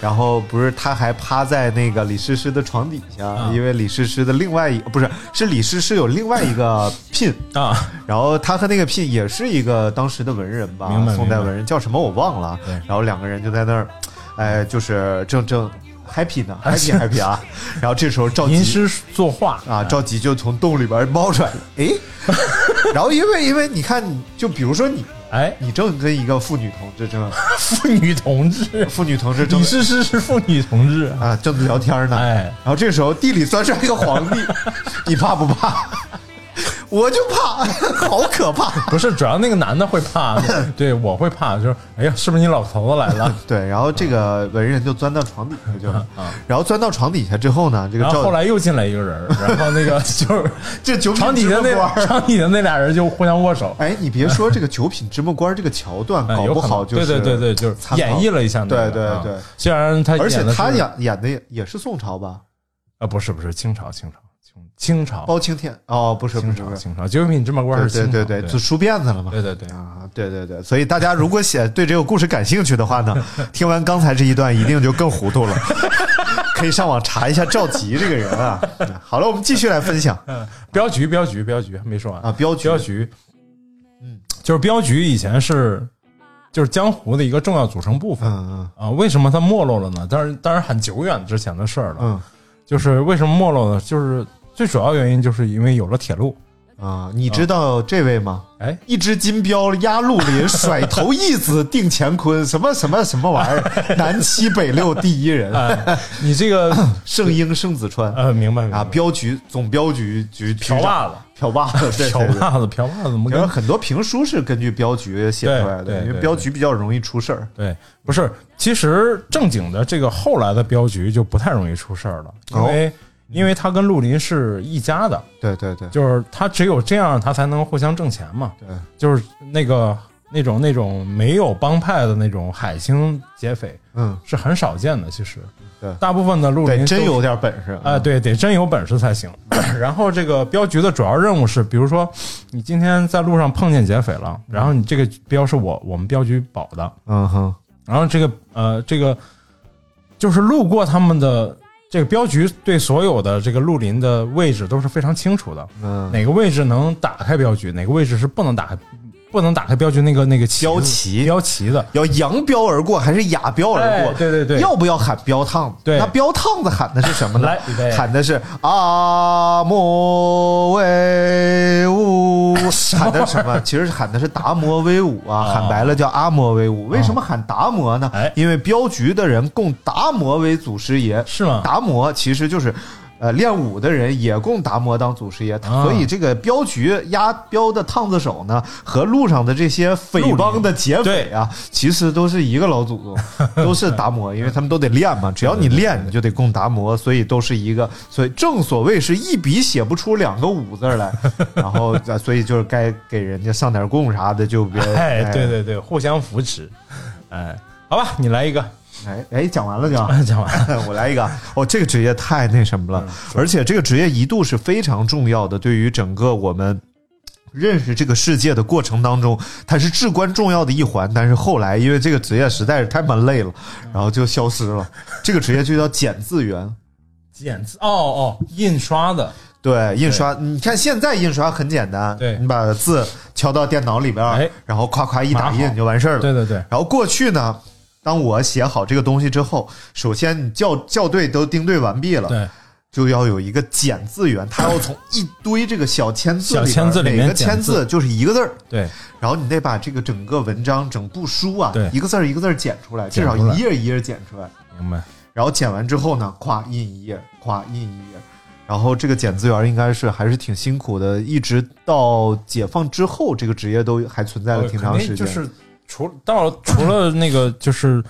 [SPEAKER 3] 然后不是他还趴在那个李师师的床底下，
[SPEAKER 4] 啊
[SPEAKER 3] 因为李师师的另外一不是是李师师有另外 一个聘
[SPEAKER 4] 啊，
[SPEAKER 3] 然后他和那个聘也是一个当时的文人吧
[SPEAKER 4] 明，白
[SPEAKER 3] 宋代
[SPEAKER 4] 明白
[SPEAKER 3] 文人叫什么我忘了
[SPEAKER 4] 对，
[SPEAKER 3] 然后两个人就在那儿，哎，就是正正 happy 呢，happy happy 啊，然后这时候赵
[SPEAKER 4] 吟
[SPEAKER 3] 佶
[SPEAKER 4] 诗作画
[SPEAKER 3] 啊，赵佶就从洞里边冒 出来，哎， 然后因为因为你看，就比如说你，
[SPEAKER 4] 哎，
[SPEAKER 3] 你正跟一个妇女同志正
[SPEAKER 4] 妇女同 志，
[SPEAKER 3] 妇女同志正
[SPEAKER 4] 李师师是妇女同志，
[SPEAKER 3] 啊正聊天呢，
[SPEAKER 4] 哎
[SPEAKER 3] 然后这时候地里钻出来一个皇 帝，你怕不怕？ 我就怕， 好可怕。
[SPEAKER 4] 不是主要那个男的会 怕，对我会怕，就是哎呀，是不是你老头子来了？
[SPEAKER 3] 对，然后这个文人就钻到床底下就，然后钻到床底下之后呢，这个
[SPEAKER 4] 啊然后后
[SPEAKER 3] 赵
[SPEAKER 4] 来又进来一个人儿，然后那个 就是
[SPEAKER 3] 这九品
[SPEAKER 4] 床底
[SPEAKER 3] 芝
[SPEAKER 4] 下
[SPEAKER 3] 麻官
[SPEAKER 4] 那
[SPEAKER 3] 儿，
[SPEAKER 4] 床底下那俩人就互相握手，
[SPEAKER 3] 哎，你别说这个九品芝麻官这个桥 段，
[SPEAKER 4] 嗯
[SPEAKER 3] 搞
[SPEAKER 4] 有
[SPEAKER 3] 不
[SPEAKER 4] 可能
[SPEAKER 3] 好就是
[SPEAKER 4] 对对对对，就是
[SPEAKER 3] 参考
[SPEAKER 4] 演绎了一下那个。
[SPEAKER 3] 对对
[SPEAKER 4] 啊
[SPEAKER 3] 对
[SPEAKER 4] 虽然他
[SPEAKER 3] 而且
[SPEAKER 4] 演的
[SPEAKER 3] 他
[SPEAKER 4] 是
[SPEAKER 3] 演演的也也是宋朝吧？
[SPEAKER 4] 啊，不是不是清朝清朝清清朝
[SPEAKER 3] 包青天哦，不是不
[SPEAKER 4] 清
[SPEAKER 3] 是不
[SPEAKER 4] 朝
[SPEAKER 3] 是，
[SPEAKER 4] 清朝，九品芝麻官是清
[SPEAKER 3] 对
[SPEAKER 4] 朝
[SPEAKER 3] 对
[SPEAKER 4] 对
[SPEAKER 3] 对对，就梳辫子了嘛。
[SPEAKER 4] 对对对
[SPEAKER 3] 啊，对对对，所以大家如果写对这个故事感兴趣的话 呢，听完刚才这一段，一定就更糊涂了。 可以上网查一下赵佶这个人啊。好了，我们继续来分享。
[SPEAKER 4] 镖局镖局镖局还没说完
[SPEAKER 3] 啊镖局
[SPEAKER 4] 镖局，嗯，就是镖局以前是就是江湖的一个重要组成部分
[SPEAKER 3] 嗯
[SPEAKER 4] 啊。为什么它没落了呢？当然当然很久远之前的事儿了。
[SPEAKER 3] 嗯
[SPEAKER 4] 就是为什么没落呢？就是最主要原因就是因为有了铁路。
[SPEAKER 3] 嗯啊，你知道这位吗？
[SPEAKER 4] 哎，
[SPEAKER 3] 一只金镖压绿林，甩头一子定乾坤，什么什么什么玩意儿？南七北六第一人，
[SPEAKER 4] 哎你这个
[SPEAKER 3] 圣英圣子川
[SPEAKER 4] 呃，明白明白
[SPEAKER 3] 嗯啊，镖局总镖局局局
[SPEAKER 4] 瓢
[SPEAKER 3] 长
[SPEAKER 4] 把子，
[SPEAKER 3] 瓢把 子，对对
[SPEAKER 4] 瓢
[SPEAKER 3] 对
[SPEAKER 4] 把子瓢把子怎么
[SPEAKER 3] 然后
[SPEAKER 4] 跟
[SPEAKER 3] 很多评书是根据镖局写出来
[SPEAKER 4] 对
[SPEAKER 3] 的，
[SPEAKER 4] 对
[SPEAKER 3] 因为
[SPEAKER 4] 对
[SPEAKER 3] 镖局比较容易出事儿。
[SPEAKER 4] 对，不是，其实正经的这个后来的镖局就不太容易出事儿了，因为、因为他跟绿林是一家的，
[SPEAKER 3] 对哦对对，
[SPEAKER 4] 就是他只有这样，他才能互相挣钱嘛。
[SPEAKER 3] 对，
[SPEAKER 4] 就是那个那种那种没有帮派的那种海星劫匪
[SPEAKER 3] 嗯，
[SPEAKER 4] 是很少见的，其实，
[SPEAKER 3] 对
[SPEAKER 4] 大部分的绿林
[SPEAKER 3] 对，
[SPEAKER 4] 都
[SPEAKER 3] 真
[SPEAKER 4] 是
[SPEAKER 3] 有点本事
[SPEAKER 4] 啊、对，得真有本事才 行。然后这个镖局的主要任务是，比如说你今天在路上碰见劫匪了，然后你这个镖是我我们镖局保的，
[SPEAKER 3] 嗯哼，
[SPEAKER 4] 然后这个呃这个就是路过他们的这个镖局对所有的这个绿林的位置都是非常清楚的，
[SPEAKER 3] 嗯，
[SPEAKER 4] 哪个位置能打开镖局，哪个位置是不能打开不能打开镖局那个那个旗子
[SPEAKER 3] 标旗
[SPEAKER 4] 标旗的。
[SPEAKER 3] 要扬镖而过还是哑镖而过？
[SPEAKER 4] 哎对对对
[SPEAKER 3] 要不要喊镖趟子？
[SPEAKER 4] 对
[SPEAKER 3] 那镖趟子喊的是什么呢
[SPEAKER 4] 来预备？
[SPEAKER 3] 喊的是阿莫 威武，喊的是什么？其实喊的是达摩威武啊，
[SPEAKER 4] 啊
[SPEAKER 3] 喊白了叫阿摩威武。为什么喊达摩呢
[SPEAKER 4] 哎？
[SPEAKER 3] 因为镖局的人供达摩为祖师爷，
[SPEAKER 4] 是吗？
[SPEAKER 3] 达摩其实就是。呃，练武的人也供达摩当祖师爷，
[SPEAKER 4] 啊
[SPEAKER 3] 所以这个镖局押镖的趟子手呢，和路上的这些匪帮的 劫匪啊，其实都是一个老祖宗，都是达摩，因为他们都得练嘛。只要你练，你就得供达摩，所以都是一个。所以正所谓是一笔写不出两个武字 来，然后呃所以就是该给人家上点供啥的，就别
[SPEAKER 4] 哎，对，对对，互相扶持。哎，好吧，你来一个，
[SPEAKER 3] 哎哎，讲完 了就。
[SPEAKER 4] 讲完了。
[SPEAKER 3] 我来一个哦，这个职业太那什么了，
[SPEAKER 4] 嗯
[SPEAKER 3] 而且这个职业一度是非常重要的，对于整个我们。认识这个世界的过程当中，它是至关重要的一环。但是后来，因为这个职业实在是太蛮累了，
[SPEAKER 4] 嗯
[SPEAKER 3] 然后就消失了。这个职业就叫剪字员，
[SPEAKER 4] 剪字哦哦，印刷的
[SPEAKER 3] 对，印刷。你看现在印刷很简单，
[SPEAKER 4] 对
[SPEAKER 3] 你把字敲到电脑里边，
[SPEAKER 4] 哎
[SPEAKER 3] 然后夸夸一打
[SPEAKER 4] 码
[SPEAKER 3] 印
[SPEAKER 4] 好
[SPEAKER 3] 就完事儿了。
[SPEAKER 4] 对对对
[SPEAKER 3] 然后过去呢，当我写好这个东西之后，首先你校校对都定对完毕了，
[SPEAKER 4] 对，
[SPEAKER 3] 就要有一个检字员，他要从一堆这个小签字里边，
[SPEAKER 4] 小签字里面
[SPEAKER 3] 每个签
[SPEAKER 4] 检字
[SPEAKER 3] 字就是一个字儿，
[SPEAKER 4] 对，
[SPEAKER 3] 然后你得把这个整个文章、整部书啊
[SPEAKER 4] 对，
[SPEAKER 3] 一个字儿一个字儿剪出来，至
[SPEAKER 4] 剪出
[SPEAKER 3] 少
[SPEAKER 4] 来
[SPEAKER 3] 一页一页剪出来。
[SPEAKER 4] 明白。
[SPEAKER 3] 然后剪完之后呢，夸印一页，夸印一页，然后这个捡资源应该是还是挺辛苦的，一直到解放之后，这个职业都还存在了挺长时
[SPEAKER 4] 呃就
[SPEAKER 3] 间。
[SPEAKER 4] 是除到除了那个就是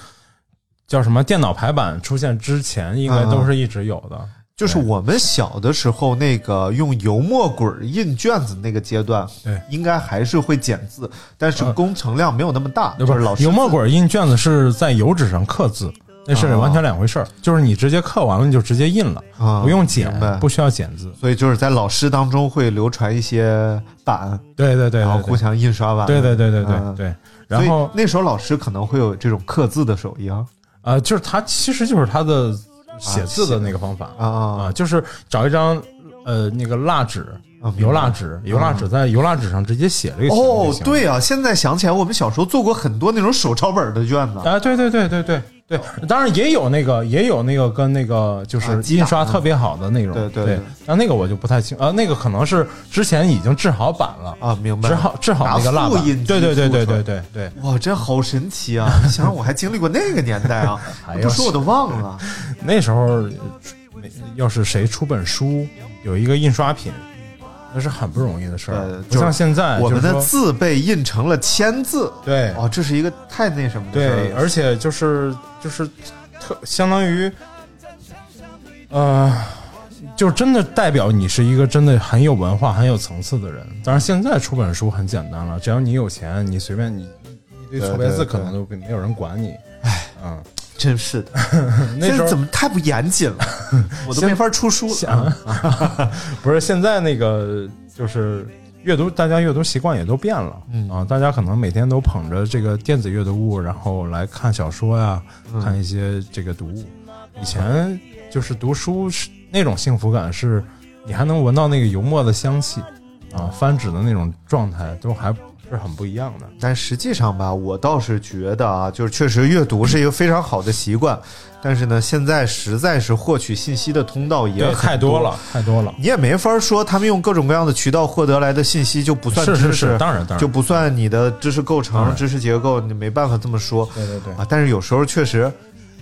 [SPEAKER 4] 叫什么电脑排版出现之前，应该都是一直有的。
[SPEAKER 3] 就是我们小的时候那个用油墨滚印卷子那个阶段，
[SPEAKER 4] 对呃
[SPEAKER 3] 应该还是会减字，但是工程量没有那么大，
[SPEAKER 4] 对
[SPEAKER 3] 就
[SPEAKER 4] 吧？
[SPEAKER 3] 是老师
[SPEAKER 4] 油墨滚印卷子是在油纸上刻字，那是
[SPEAKER 3] 哦
[SPEAKER 4] 完全两回事儿。就是你直接刻完了，你就直接印了，
[SPEAKER 3] 啊
[SPEAKER 4] 不用剪
[SPEAKER 3] 明白，
[SPEAKER 4] 不需要剪字。
[SPEAKER 3] 所以就是在老师当中会流传一些版，
[SPEAKER 4] 对对对，
[SPEAKER 3] 然后
[SPEAKER 4] 对
[SPEAKER 3] 互相印刷版，
[SPEAKER 4] 对对对对对
[SPEAKER 3] 嗯
[SPEAKER 4] 对。然
[SPEAKER 3] 所以
[SPEAKER 4] 后
[SPEAKER 3] 那时候老师可能会有这种刻字的手艺啊，
[SPEAKER 4] 呃，就是它其实就是它的写字的那个方法
[SPEAKER 3] 啊
[SPEAKER 4] 啊，就是找一张呃那个蜡纸
[SPEAKER 3] 啊明白
[SPEAKER 4] 油蜡纸，油蜡纸在油蜡纸上直接写了一个
[SPEAKER 3] 啊哦，对
[SPEAKER 4] 啊，
[SPEAKER 3] 啊，现在想起来，我们小时候做过很多那种手抄本的卷子，
[SPEAKER 4] 啊，对对对对对对，当然也有那个也有那个跟那个就
[SPEAKER 3] 哦啊
[SPEAKER 4] 是
[SPEAKER 3] 机打
[SPEAKER 4] 印刷特别好的那种，
[SPEAKER 3] 对对
[SPEAKER 4] 对
[SPEAKER 3] 对
[SPEAKER 4] 那那个我就不太清，呃，那个可能是之前已经制好版了
[SPEAKER 3] 啊明白
[SPEAKER 4] 制好制好那个蜡
[SPEAKER 3] 拿
[SPEAKER 4] 板
[SPEAKER 3] 复印机，
[SPEAKER 4] 对对对对
[SPEAKER 3] 复
[SPEAKER 4] 对
[SPEAKER 3] 成
[SPEAKER 4] 对对，
[SPEAKER 3] 哇，真好神奇 啊！你想想，我还经历过那个年代啊，
[SPEAKER 4] 哎呦
[SPEAKER 3] 不说我都忘了。
[SPEAKER 4] 那时候呃要是谁出本书，有一个印刷品，那是很不容易的事
[SPEAKER 3] 对
[SPEAKER 4] 儿，
[SPEAKER 3] 就
[SPEAKER 4] 不
[SPEAKER 3] 是
[SPEAKER 4] 像现在，
[SPEAKER 3] 我们
[SPEAKER 4] 哎就是
[SPEAKER 3] 的
[SPEAKER 4] 说
[SPEAKER 3] 字被印成了签字，
[SPEAKER 4] 对
[SPEAKER 3] 哦，这是一个太那什么的事呃儿
[SPEAKER 4] 对，
[SPEAKER 3] 了
[SPEAKER 4] 而且就是就是特相当于，呃，就真的代表你是一个真的很有文化、很有层次的人。当然，现在出本书很简单了，只要你有钱，你随便你一堆错别
[SPEAKER 3] 对对
[SPEAKER 4] 字可能都没有人管你。嗯，
[SPEAKER 3] 真是的，
[SPEAKER 4] 那
[SPEAKER 3] 现
[SPEAKER 4] 时
[SPEAKER 3] 在
[SPEAKER 4] 候
[SPEAKER 3] 怎么太不严谨 了，我都没法出书
[SPEAKER 4] 想
[SPEAKER 3] 了。嗯
[SPEAKER 4] 不是现在那个就是阅读，大家阅读习惯也都变了，
[SPEAKER 3] 嗯
[SPEAKER 4] 啊，大家可能每天都捧着这个电子阅读物，然后来看小说呀、看一些这个读物。以前就是读书是那种幸福感是，你还能闻到那个油墨的香气啊，翻纸的那种状态都还是很不一样的。
[SPEAKER 3] 但实际上吧，我倒是觉得啊，就是确实阅读是一个非常好的习惯，但是呢，现在实在是获取信息的通道也
[SPEAKER 4] 对，
[SPEAKER 3] 很
[SPEAKER 4] 太多了，太多了。
[SPEAKER 3] 你也没法说他们用各种各样的渠道获得来的信息就不算知
[SPEAKER 4] 是
[SPEAKER 3] 识，
[SPEAKER 4] 是是当然当然
[SPEAKER 3] 就不算你的知识构
[SPEAKER 4] 当
[SPEAKER 3] 成、
[SPEAKER 4] 然
[SPEAKER 3] 知识结构，你没办法这么说。
[SPEAKER 4] 对对对
[SPEAKER 3] 啊，但是有时候确实，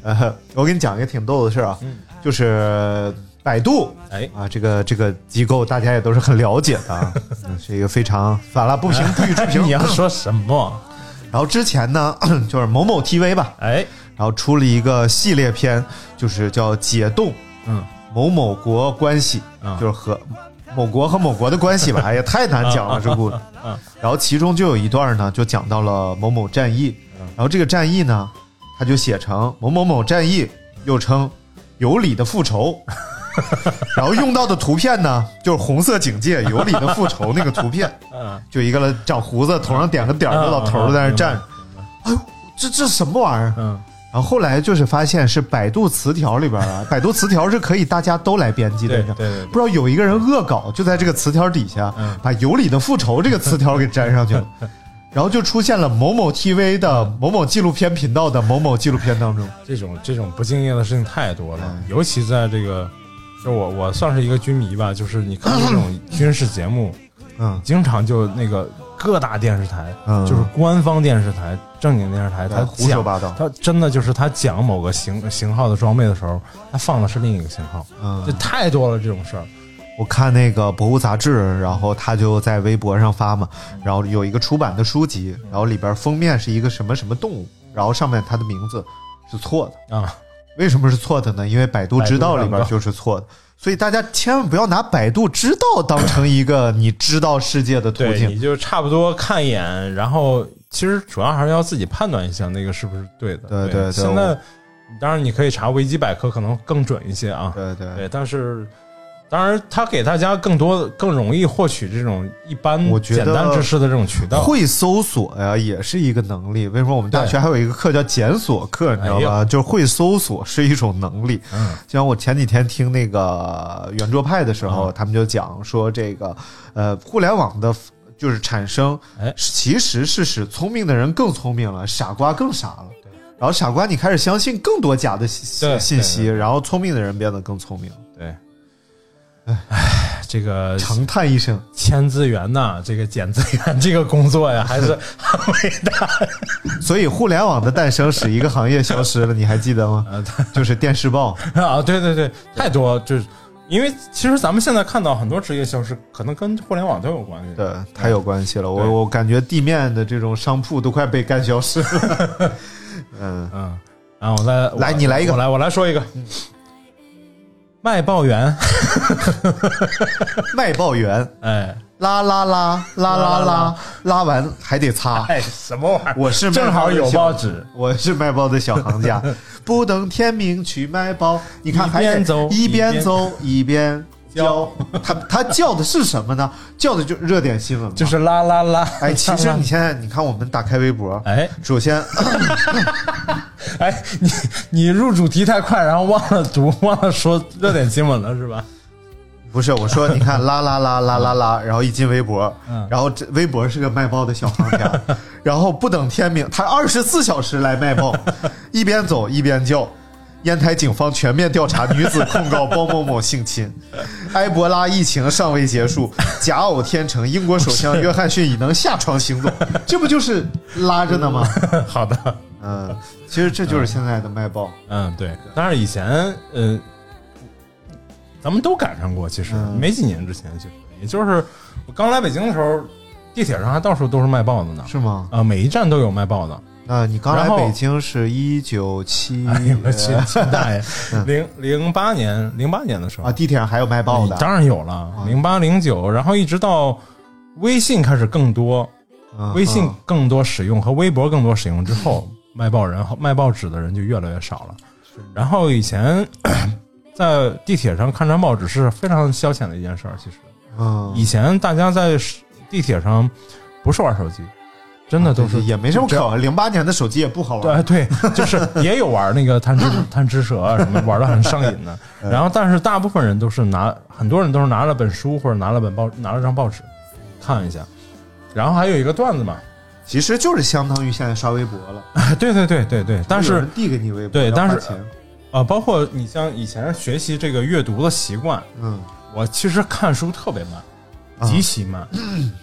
[SPEAKER 3] 呃，我给你讲一个挺逗的事儿啊，
[SPEAKER 4] 嗯
[SPEAKER 3] 就是百度，
[SPEAKER 4] 哎
[SPEAKER 3] 啊，这个这个机构大家也都是很了解 的啊，嗯是一个非常反了不平不予置评
[SPEAKER 4] 你。要说什么？
[SPEAKER 3] 然后之前呢， 就是某某 TV 吧，
[SPEAKER 4] 哎，
[SPEAKER 3] 然后出了一个系列片，就是叫《解冻
[SPEAKER 4] 嗯，
[SPEAKER 3] 某某国关系》，
[SPEAKER 4] 嗯
[SPEAKER 3] 就是和某国和某国的关系吧。哎呀，太难讲了这故事。
[SPEAKER 4] 嗯
[SPEAKER 3] 然后其中就有一段呢，就讲到了某某战役。然后这个战役呢，他就写成某某某战役，又称有理的复仇。然后用到的图片呢，就是红色警戒有理的复仇那个图片，
[SPEAKER 4] 嗯，
[SPEAKER 3] 就一个长胡子、头上点个点儿的老头儿在那站着。哎呦，这这什么玩意儿？
[SPEAKER 4] 嗯，
[SPEAKER 3] 然后后来就是发现是百度词条里边 啊，百度词条是可以大家都来编辑的，
[SPEAKER 4] 对
[SPEAKER 3] 你知道
[SPEAKER 4] 对对对
[SPEAKER 3] 不知道有一个人恶搞，就在这个词条底下、
[SPEAKER 4] 嗯
[SPEAKER 3] 把“有理的复仇”这个词条给粘上去了，然后就出现了某某 TV 的某某纪 录片频道的某某纪录片当中。
[SPEAKER 4] 这种这种不敬业的事情太多了，
[SPEAKER 3] 嗯
[SPEAKER 4] 尤其在这个，就我我算是一个军迷吧，就是你看这种军事节目，
[SPEAKER 3] 嗯
[SPEAKER 4] 经常就那个各大电视台，
[SPEAKER 3] 嗯
[SPEAKER 4] 就是官方电视台、正经电视台，
[SPEAKER 3] 对
[SPEAKER 4] 他
[SPEAKER 3] 胡说八道
[SPEAKER 4] 他真的就是他讲某个型型号的装备的时候，他放的是另一个型号，
[SPEAKER 3] 嗯
[SPEAKER 4] 这太多了这种事儿。
[SPEAKER 3] 我看那个《博物》杂志，然后他就在微博上发嘛，然后有一个出版的书籍，然后里边封面是一个什么什么动物，然后上面它的名字是错的。
[SPEAKER 4] 啊，
[SPEAKER 3] 为什么是错的呢？因为百度知道里边就是错的，所以大家千万不要拿百度知道当成一个你知道世界的途
[SPEAKER 4] 对，你
[SPEAKER 3] 径。
[SPEAKER 4] 就差不多看一眼，然后其实主要还是要自己判断一下那个是不是对的。
[SPEAKER 3] 对对对
[SPEAKER 4] 现在当然你可以查维基百科，可能更准一些啊。
[SPEAKER 3] 对对
[SPEAKER 4] 对，但是当然，它给大家更多、更容易获取这种一般
[SPEAKER 3] 我觉得
[SPEAKER 4] 简单知识的这种渠道。
[SPEAKER 3] 会搜索呀，也是一个能力。为什么我们大学
[SPEAKER 4] 对
[SPEAKER 3] 还有一个课叫检索课，你知道
[SPEAKER 4] 哎
[SPEAKER 3] 吧？就是会搜索是一种能力。嗯，像我前几天听那个圆桌派的时候，
[SPEAKER 4] 嗯
[SPEAKER 3] 他们就讲说这个，呃，互联网的。就是产生
[SPEAKER 4] 哎，
[SPEAKER 3] 其实是使聪明的人更聪明了，傻瓜更傻了。然后傻瓜，你开始相信更多假的信
[SPEAKER 4] 对
[SPEAKER 3] 信
[SPEAKER 4] 对
[SPEAKER 3] 息，然后聪明的人变得更聪明。
[SPEAKER 4] 对，哎，这个
[SPEAKER 3] 长叹一声，
[SPEAKER 4] 签字员呐，这个捡字员这个工作 呀，还是很伟大。
[SPEAKER 3] 所以互联网的诞生使一个
[SPEAKER 4] 嗯啊
[SPEAKER 3] 行业消失了，你还记得吗？就是电视报。
[SPEAKER 4] 啊，对对对，太多就是。因为其实咱们现在看到很多职业消失，可能跟互联网都有关系。
[SPEAKER 3] 对，太有关系了。
[SPEAKER 4] 对
[SPEAKER 3] 我我感觉地面的这种商铺都快被干消失了。 嗯，
[SPEAKER 4] 嗯，然后我再我
[SPEAKER 3] 来你来一个嗯
[SPEAKER 4] 我来我来说一个，卖报 员，
[SPEAKER 3] 卖报员
[SPEAKER 4] 哎
[SPEAKER 3] 拉拉拉拉拉拉，拉完还得擦。
[SPEAKER 4] 哎，什么玩意儿？
[SPEAKER 3] 我是卖
[SPEAKER 4] 正好有报纸，
[SPEAKER 3] 我是卖报的小行家， 不等天明去卖报。你看，
[SPEAKER 4] 一
[SPEAKER 3] 还
[SPEAKER 4] 边
[SPEAKER 3] 得
[SPEAKER 4] 走
[SPEAKER 3] 一
[SPEAKER 4] 一
[SPEAKER 3] 边
[SPEAKER 4] 边
[SPEAKER 3] 走一边
[SPEAKER 4] 教
[SPEAKER 3] 教。他他叫的是什么呢？叫的就热点新闻嘛。
[SPEAKER 4] 就是啦啦啦。
[SPEAKER 3] 哎，其 实
[SPEAKER 4] 啦啦
[SPEAKER 3] 你现在你看，我们打开微博，
[SPEAKER 4] 哎
[SPEAKER 3] 首先
[SPEAKER 4] 哎，你你入主题太快，然后忘了主忘了说热点新闻了是吧？
[SPEAKER 3] 不是我说，你看啦啦啦啦啦啦，然后一进微博
[SPEAKER 4] 嗯，
[SPEAKER 3] 然后这微博是个卖报的小行 家，然后不等天明，他二十四小时来 卖报，一边走一边叫。烟台警方全面调查女子控告包某某性侵，埃博拉疫情尚未 结束，假偶天成，英国首相约翰逊已能下床行走，这不就是拉着 呢吗？
[SPEAKER 4] 好的，
[SPEAKER 3] 嗯，其实这就是现在的卖报。
[SPEAKER 4] 嗯，对。但是以前，呃，咱们都赶上过，其实、
[SPEAKER 3] 嗯
[SPEAKER 4] 没几年之前，其实也就是我刚来北京的时候，地铁上还到处都是卖报的呢，
[SPEAKER 3] 是吗？
[SPEAKER 4] 啊、每一站都有卖报 的。
[SPEAKER 3] 那你刚来
[SPEAKER 4] 然后
[SPEAKER 3] 北京是一九七
[SPEAKER 4] 哎呦我去，真大爷！零零八年，零八年的时候
[SPEAKER 3] 啊，地铁上还有卖报的，
[SPEAKER 4] 当然有了，零八零九，然后一直到微信开始更多，
[SPEAKER 3] 嗯
[SPEAKER 4] 微信更多使用和微博更多使用之后，卖报人和卖报纸的人就越来越少了。然后以前 在地铁上看张报纸是非常消遣的一件事儿，其实
[SPEAKER 3] 嗯，
[SPEAKER 4] 以前大家在地铁上不是玩手机，真的都是
[SPEAKER 3] 也没什么可玩。零八年的手机也不好玩，
[SPEAKER 4] 对 对，就是也有玩那个贪吃贪吃蛇啊什么，玩的很上瘾的。然后，但是大部分人都是拿，很多人都是拿了本书或者拿了本报，拿了张报纸看一下。然后还有一个段子嘛，
[SPEAKER 3] 其实就是相当于现在刷微博了。
[SPEAKER 4] 哎对对对对对，但
[SPEAKER 3] 有
[SPEAKER 4] 是
[SPEAKER 3] 人递给你微博，
[SPEAKER 4] 对
[SPEAKER 3] 要
[SPEAKER 4] 但是
[SPEAKER 3] 花钱
[SPEAKER 4] 呃，包括你像以前学习这个阅读的习惯，
[SPEAKER 3] 嗯，
[SPEAKER 4] 我其实看书特别慢，
[SPEAKER 3] 啊
[SPEAKER 4] 极其慢。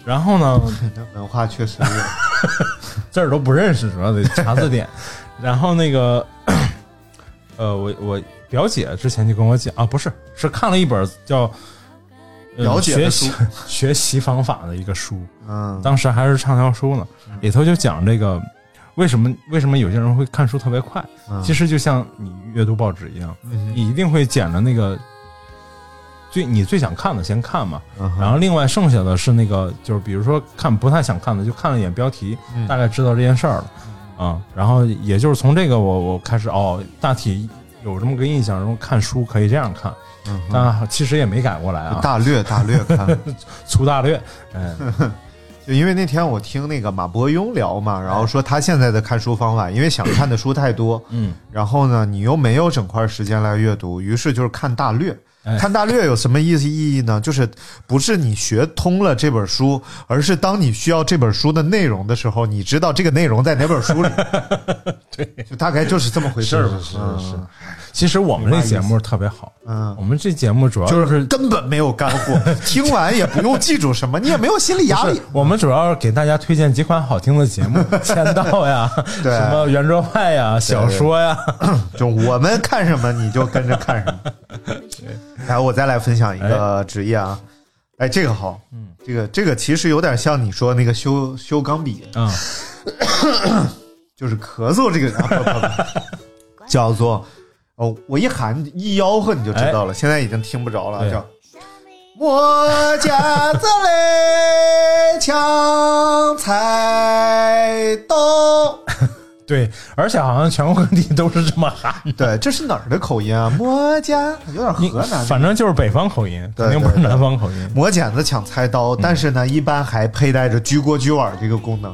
[SPEAKER 4] 然后 呢，
[SPEAKER 3] 那文化 确实有，
[SPEAKER 4] 字儿都不认识，主要得查字 典。然后那个，呃，我我表姐之前就跟我讲啊，不是，是看了一本叫、呃
[SPEAKER 3] 了解
[SPEAKER 4] 学
[SPEAKER 3] 的
[SPEAKER 4] 习
[SPEAKER 3] 书
[SPEAKER 4] 学习方法的一个书，
[SPEAKER 3] 嗯，
[SPEAKER 4] 当时还是畅销书呢，里头就讲这个为什么为什么有些人会看书特别快，
[SPEAKER 3] 嗯
[SPEAKER 4] 其实就像你阅读报纸一样，
[SPEAKER 3] 嗯
[SPEAKER 4] 你一定会捡着那个最你最想看的先看嘛，
[SPEAKER 3] 嗯
[SPEAKER 4] 然后另外剩下的是那个，就是比如说看不太想看的，就看了一眼标题，
[SPEAKER 3] 嗯
[SPEAKER 4] 大概知道这件事儿了，啊，然后也就是从这个我我开始哦，大体有这么个印象，然后看书可以这样看，
[SPEAKER 3] 嗯哼
[SPEAKER 4] 但其实也没改过来啊，
[SPEAKER 3] 大嗯略大略看，
[SPEAKER 4] 粗大略，哎，
[SPEAKER 3] 就因为那天我听那个马伯庸聊嘛，然后说他现在的看书方法，因为想看的书太多，
[SPEAKER 4] 嗯，
[SPEAKER 3] 然后呢，你又没有整块时间来阅读，于是就是看大略
[SPEAKER 4] 哎。
[SPEAKER 3] 看大略有什么意思意义呢？就是不是你学通了这本书，而是当你需要这本书的内容的时候，你知道这个内容在哪本书里。 对，就大概就是这么回事儿吧。
[SPEAKER 4] 是
[SPEAKER 3] 嗯
[SPEAKER 4] 是是，其实我们这节目特别好，
[SPEAKER 3] 嗯
[SPEAKER 4] 我们这节目主要
[SPEAKER 3] 就是根本没有干 货，听完也不用记住什么，你也没有心理压力。
[SPEAKER 4] 我们主要是给大家推荐几款好听的节 目，《签到》呀，
[SPEAKER 3] 对
[SPEAKER 4] 什么圆桌派呀，小说呀，
[SPEAKER 3] 就我们看什么你就跟着看什么。来，我再来分享一个职业啊，哎，这个好，嗯，这个这个其实有点像你说那个修修钢笔，
[SPEAKER 4] 嗯，
[SPEAKER 3] 就是咳嗽这个叫做哦，我一喊一吆喝你就知道了，现在已经听不着了，
[SPEAKER 4] 对
[SPEAKER 3] 叫。我家子嘞，抢菜刀。
[SPEAKER 4] 对，而且好像全国各地都是这么喊。
[SPEAKER 3] 对，这是哪儿的口音啊？磨家有点
[SPEAKER 4] 你
[SPEAKER 3] 河南的。
[SPEAKER 4] 反正就是北方口音，
[SPEAKER 3] 对
[SPEAKER 4] 肯定不是
[SPEAKER 3] 对对
[SPEAKER 4] 南方口音。
[SPEAKER 3] 磨剪子抢菜刀，
[SPEAKER 4] 嗯
[SPEAKER 3] 但是呢，一般还佩戴着居锅居碗这个功能。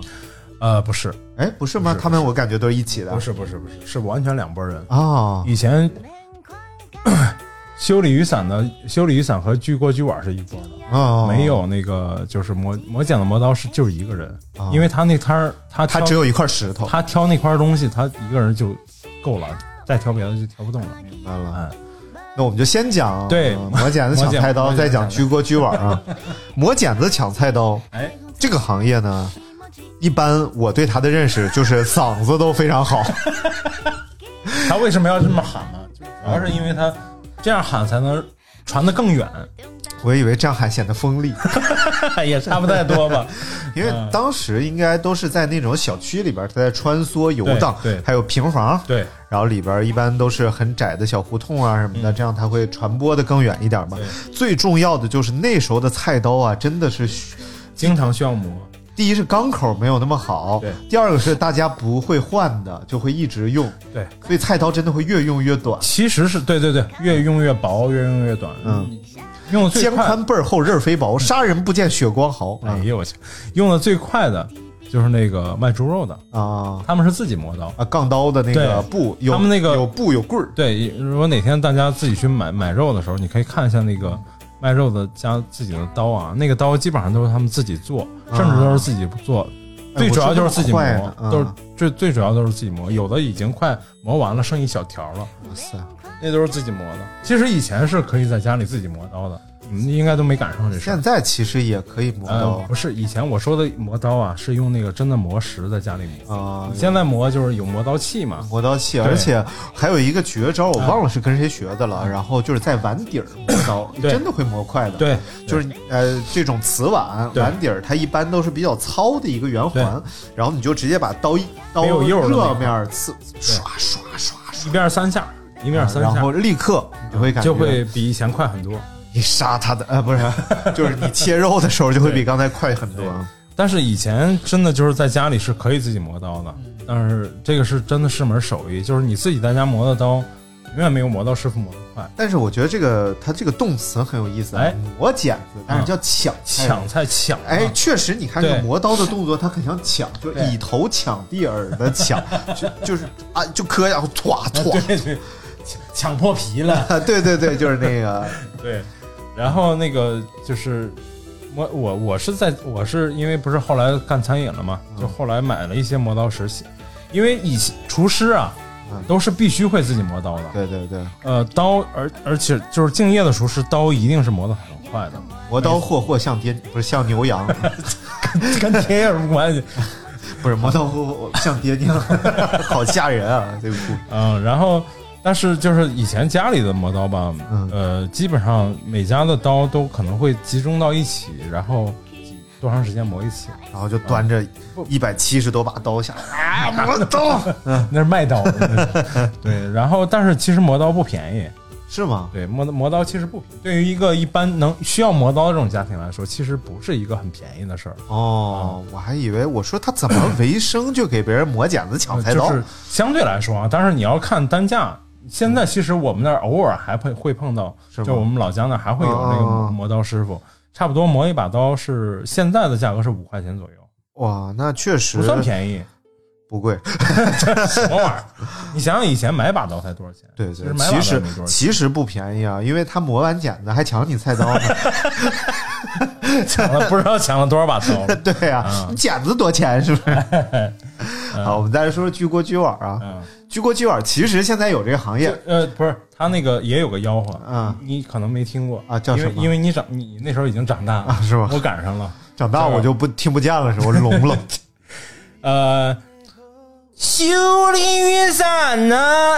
[SPEAKER 4] 呃，不是，
[SPEAKER 3] 哎，不是吗？他们我感觉都是一起的。
[SPEAKER 4] 不是，不是，不是，是完全两拨人。
[SPEAKER 3] 啊，
[SPEAKER 4] 以前 修理雨伞的修理雨伞和居锅居碗是一拨的，
[SPEAKER 3] 哦，
[SPEAKER 4] 没，有那个就是磨磨剪子磨刀是就是一个人，因为他那摊儿他
[SPEAKER 3] 哦他
[SPEAKER 4] 挑
[SPEAKER 3] 只有一块石头。
[SPEAKER 4] 他挑那块东西，他一个人就够了，再挑别的就挑不动 了。
[SPEAKER 3] 明白了。
[SPEAKER 4] 嗯，
[SPEAKER 3] 那我们就先讲
[SPEAKER 4] 对
[SPEAKER 3] 呃磨剪子抢菜
[SPEAKER 4] 磨
[SPEAKER 3] 刀，
[SPEAKER 4] 剪
[SPEAKER 3] 再讲居锅居 碗啊。磨剪子抢菜刀
[SPEAKER 4] 哎，
[SPEAKER 3] 这个行业呢，一般我对他的认识就是嗓子都非 常好。
[SPEAKER 4] 他为什么要这么喊呢？就主要是因为他这样喊才能传得更远，
[SPEAKER 3] 我以为这样还显得 锋利，
[SPEAKER 4] 也差不太多吧。
[SPEAKER 3] 因为
[SPEAKER 4] 嗯
[SPEAKER 3] 当时应该都是在那种小区里边儿，他在穿梭游荡，
[SPEAKER 4] 对对
[SPEAKER 3] 还有平房，
[SPEAKER 4] 对，
[SPEAKER 3] 然后里边儿一般都是很窄的小胡同啊什么
[SPEAKER 4] 嗯
[SPEAKER 3] 的，这样它会传播的更远一点嘛。最重要的就是那时候的菜刀啊，真的是
[SPEAKER 4] 经常需要磨，
[SPEAKER 3] 第一是钢口没有那么好
[SPEAKER 4] 对，
[SPEAKER 3] 第二个是大家不会换的，就会一直用，
[SPEAKER 4] 对，
[SPEAKER 3] 所以菜刀真的会越用越短，
[SPEAKER 4] 其实是对对对，越用越薄，越用越短，
[SPEAKER 3] 嗯，
[SPEAKER 4] 用的最
[SPEAKER 3] 肩
[SPEAKER 4] 快
[SPEAKER 3] 宽倍儿厚，刃儿肥薄，杀人不见血光毫。
[SPEAKER 4] 哎呦我去，用的最快的就是那个卖猪肉的，
[SPEAKER 3] 啊
[SPEAKER 4] 他们是自己磨刀。
[SPEAKER 3] 啊！杠刀的那个
[SPEAKER 4] 对
[SPEAKER 3] 布有
[SPEAKER 4] 他们那个
[SPEAKER 3] 有布有棍儿，
[SPEAKER 4] 对，如果哪天大家自己去买买肉的时候，你可以看一下那个卖肉的家自己的刀啊，那个刀基本上都是他们自己做，甚至都是自己做。
[SPEAKER 3] 哎
[SPEAKER 4] 最主要就是自己磨，
[SPEAKER 3] 我说这么快呢
[SPEAKER 4] 都是
[SPEAKER 3] 啊
[SPEAKER 4] 最最主要都是自己磨，有的已经快磨完了，剩一小条了，
[SPEAKER 3] 哇塞！
[SPEAKER 4] 那都是自己磨的。其实以前是可以在家里自己磨刀的，你们应该都没赶上这事儿
[SPEAKER 3] 现。在其实也可以磨
[SPEAKER 4] 呃，
[SPEAKER 3] 刀
[SPEAKER 4] 不是，以前我说的磨刀啊，是用那个真的磨石在家里磨。
[SPEAKER 3] 啊，
[SPEAKER 4] 现在磨就是有磨刀器嘛，
[SPEAKER 3] 磨刀器，
[SPEAKER 4] 对嗯
[SPEAKER 3] 而且还有一个绝招，我忘了是跟谁学的了。然后就是在碗底儿 磨刀，
[SPEAKER 4] 对
[SPEAKER 3] 真的会磨快的。
[SPEAKER 4] 对，
[SPEAKER 3] 就是呃，这种瓷碗
[SPEAKER 4] 对
[SPEAKER 3] 碗底儿，它一般都是比较糙的一个圆环，然后你就直接把刀一刀
[SPEAKER 4] 没有釉儿的那
[SPEAKER 3] 热
[SPEAKER 4] 种
[SPEAKER 3] 面儿刺刷刷刷
[SPEAKER 4] 一
[SPEAKER 3] 刷，
[SPEAKER 4] 边三下，一边三
[SPEAKER 3] 啊然
[SPEAKER 4] 下
[SPEAKER 3] 后，立刻你就会感觉
[SPEAKER 4] 就会比以前快很多。
[SPEAKER 3] 你杀它的呃不 是，就是你切肉的时候就会比刚才快很多。
[SPEAKER 4] 但是以前真的就是在家里是可以自己磨刀的，但是这个是真的是门手艺，就是你自己在家磨的刀，永远没有磨到师傅磨得快。
[SPEAKER 3] 但是我觉得这个它这个动词很有意思啊
[SPEAKER 4] 哎，
[SPEAKER 3] 磨剪子，但是叫抢菜
[SPEAKER 4] 抢菜抢啊，
[SPEAKER 3] 哎，确实，你看这
[SPEAKER 4] 对
[SPEAKER 3] 个磨刀的动作，他很像抢，就
[SPEAKER 4] 对
[SPEAKER 3] 以头抢地耳 的抢，就就是啊，就磕，然后歘歘，
[SPEAKER 4] 对对，抢抢破皮了，
[SPEAKER 3] 啊 对对对，就是那个，
[SPEAKER 4] 对。然后那个就是我我我是在我是因为不是后来干餐饮了嘛，
[SPEAKER 3] 嗯
[SPEAKER 4] 就后来买了一些磨刀石，因为以前厨师啊
[SPEAKER 3] 嗯
[SPEAKER 4] 都是必须会自己磨刀的，
[SPEAKER 3] 对对对，
[SPEAKER 4] 呃，刀，而而且就是敬业的厨师，刀一定是磨得很快的，
[SPEAKER 3] 磨刀霍霍像爹，不是像牛 羊，
[SPEAKER 4] 跟铁也无关系。
[SPEAKER 3] 不是磨刀霍霍像爹娘， 好吓人啊！这个故事
[SPEAKER 4] 嗯，然后但是就是以前家里的磨刀吧，
[SPEAKER 3] 嗯
[SPEAKER 4] 呃，基本上每家的刀都可能会集中到一起，然后几多长时间磨一次？
[SPEAKER 3] 然后就端着一百七十多把刀下来啊，磨刀
[SPEAKER 4] 那是卖刀的那种，对。然后但是其实磨刀不便宜，
[SPEAKER 3] 是吗？
[SPEAKER 4] 对，磨磨刀其实不便宜，对于一个一般能需要磨刀的这种家庭来说，其实不是一个很便宜的事儿。
[SPEAKER 3] 哦，我还以为我说他怎么为生就给别人磨剪子抢菜刀
[SPEAKER 4] 嗯呃就是相对来说啊，但是你要看单价。现在其实我们那儿偶尔还会会碰到，
[SPEAKER 3] 是
[SPEAKER 4] 就是
[SPEAKER 3] 吗
[SPEAKER 4] 我们老家那儿还会有那个
[SPEAKER 3] 哦
[SPEAKER 4] 磨刀师傅，差不多磨一把刀是现在的价格是五块钱左右，
[SPEAKER 3] 哇，那确实
[SPEAKER 4] 不算便 宜，
[SPEAKER 3] 不贵，
[SPEAKER 4] 什么玩意儿？你想想以前买把刀才多少钱？
[SPEAKER 3] 对
[SPEAKER 4] 其
[SPEAKER 3] 对
[SPEAKER 4] 实，买把刀
[SPEAKER 3] 其
[SPEAKER 4] 也
[SPEAKER 3] 实
[SPEAKER 4] 没多少钱。
[SPEAKER 3] 其实不便宜啊，因为他磨完剪子还抢你菜刀呢。
[SPEAKER 4] 抢了 不知道抢了多少把刀了。
[SPEAKER 3] 对
[SPEAKER 4] 嗯
[SPEAKER 3] 啊，剪子多钱 是不是？好，我们再来说说居锅居碗啊。
[SPEAKER 4] 嗯，
[SPEAKER 3] 居锅居碗其实现在有这个行业，
[SPEAKER 4] 呃，不是，他那个也有个吆喝，
[SPEAKER 3] 嗯
[SPEAKER 4] 你可能没听过
[SPEAKER 3] 啊叫
[SPEAKER 4] 因为
[SPEAKER 3] 什么
[SPEAKER 4] 因为你长，你那时候已经长大了，
[SPEAKER 3] 啊是吧
[SPEAKER 4] 我赶上了。
[SPEAKER 3] 长大我就不听不见了，是吧我 聋了。
[SPEAKER 4] 呃，修理雨伞呢，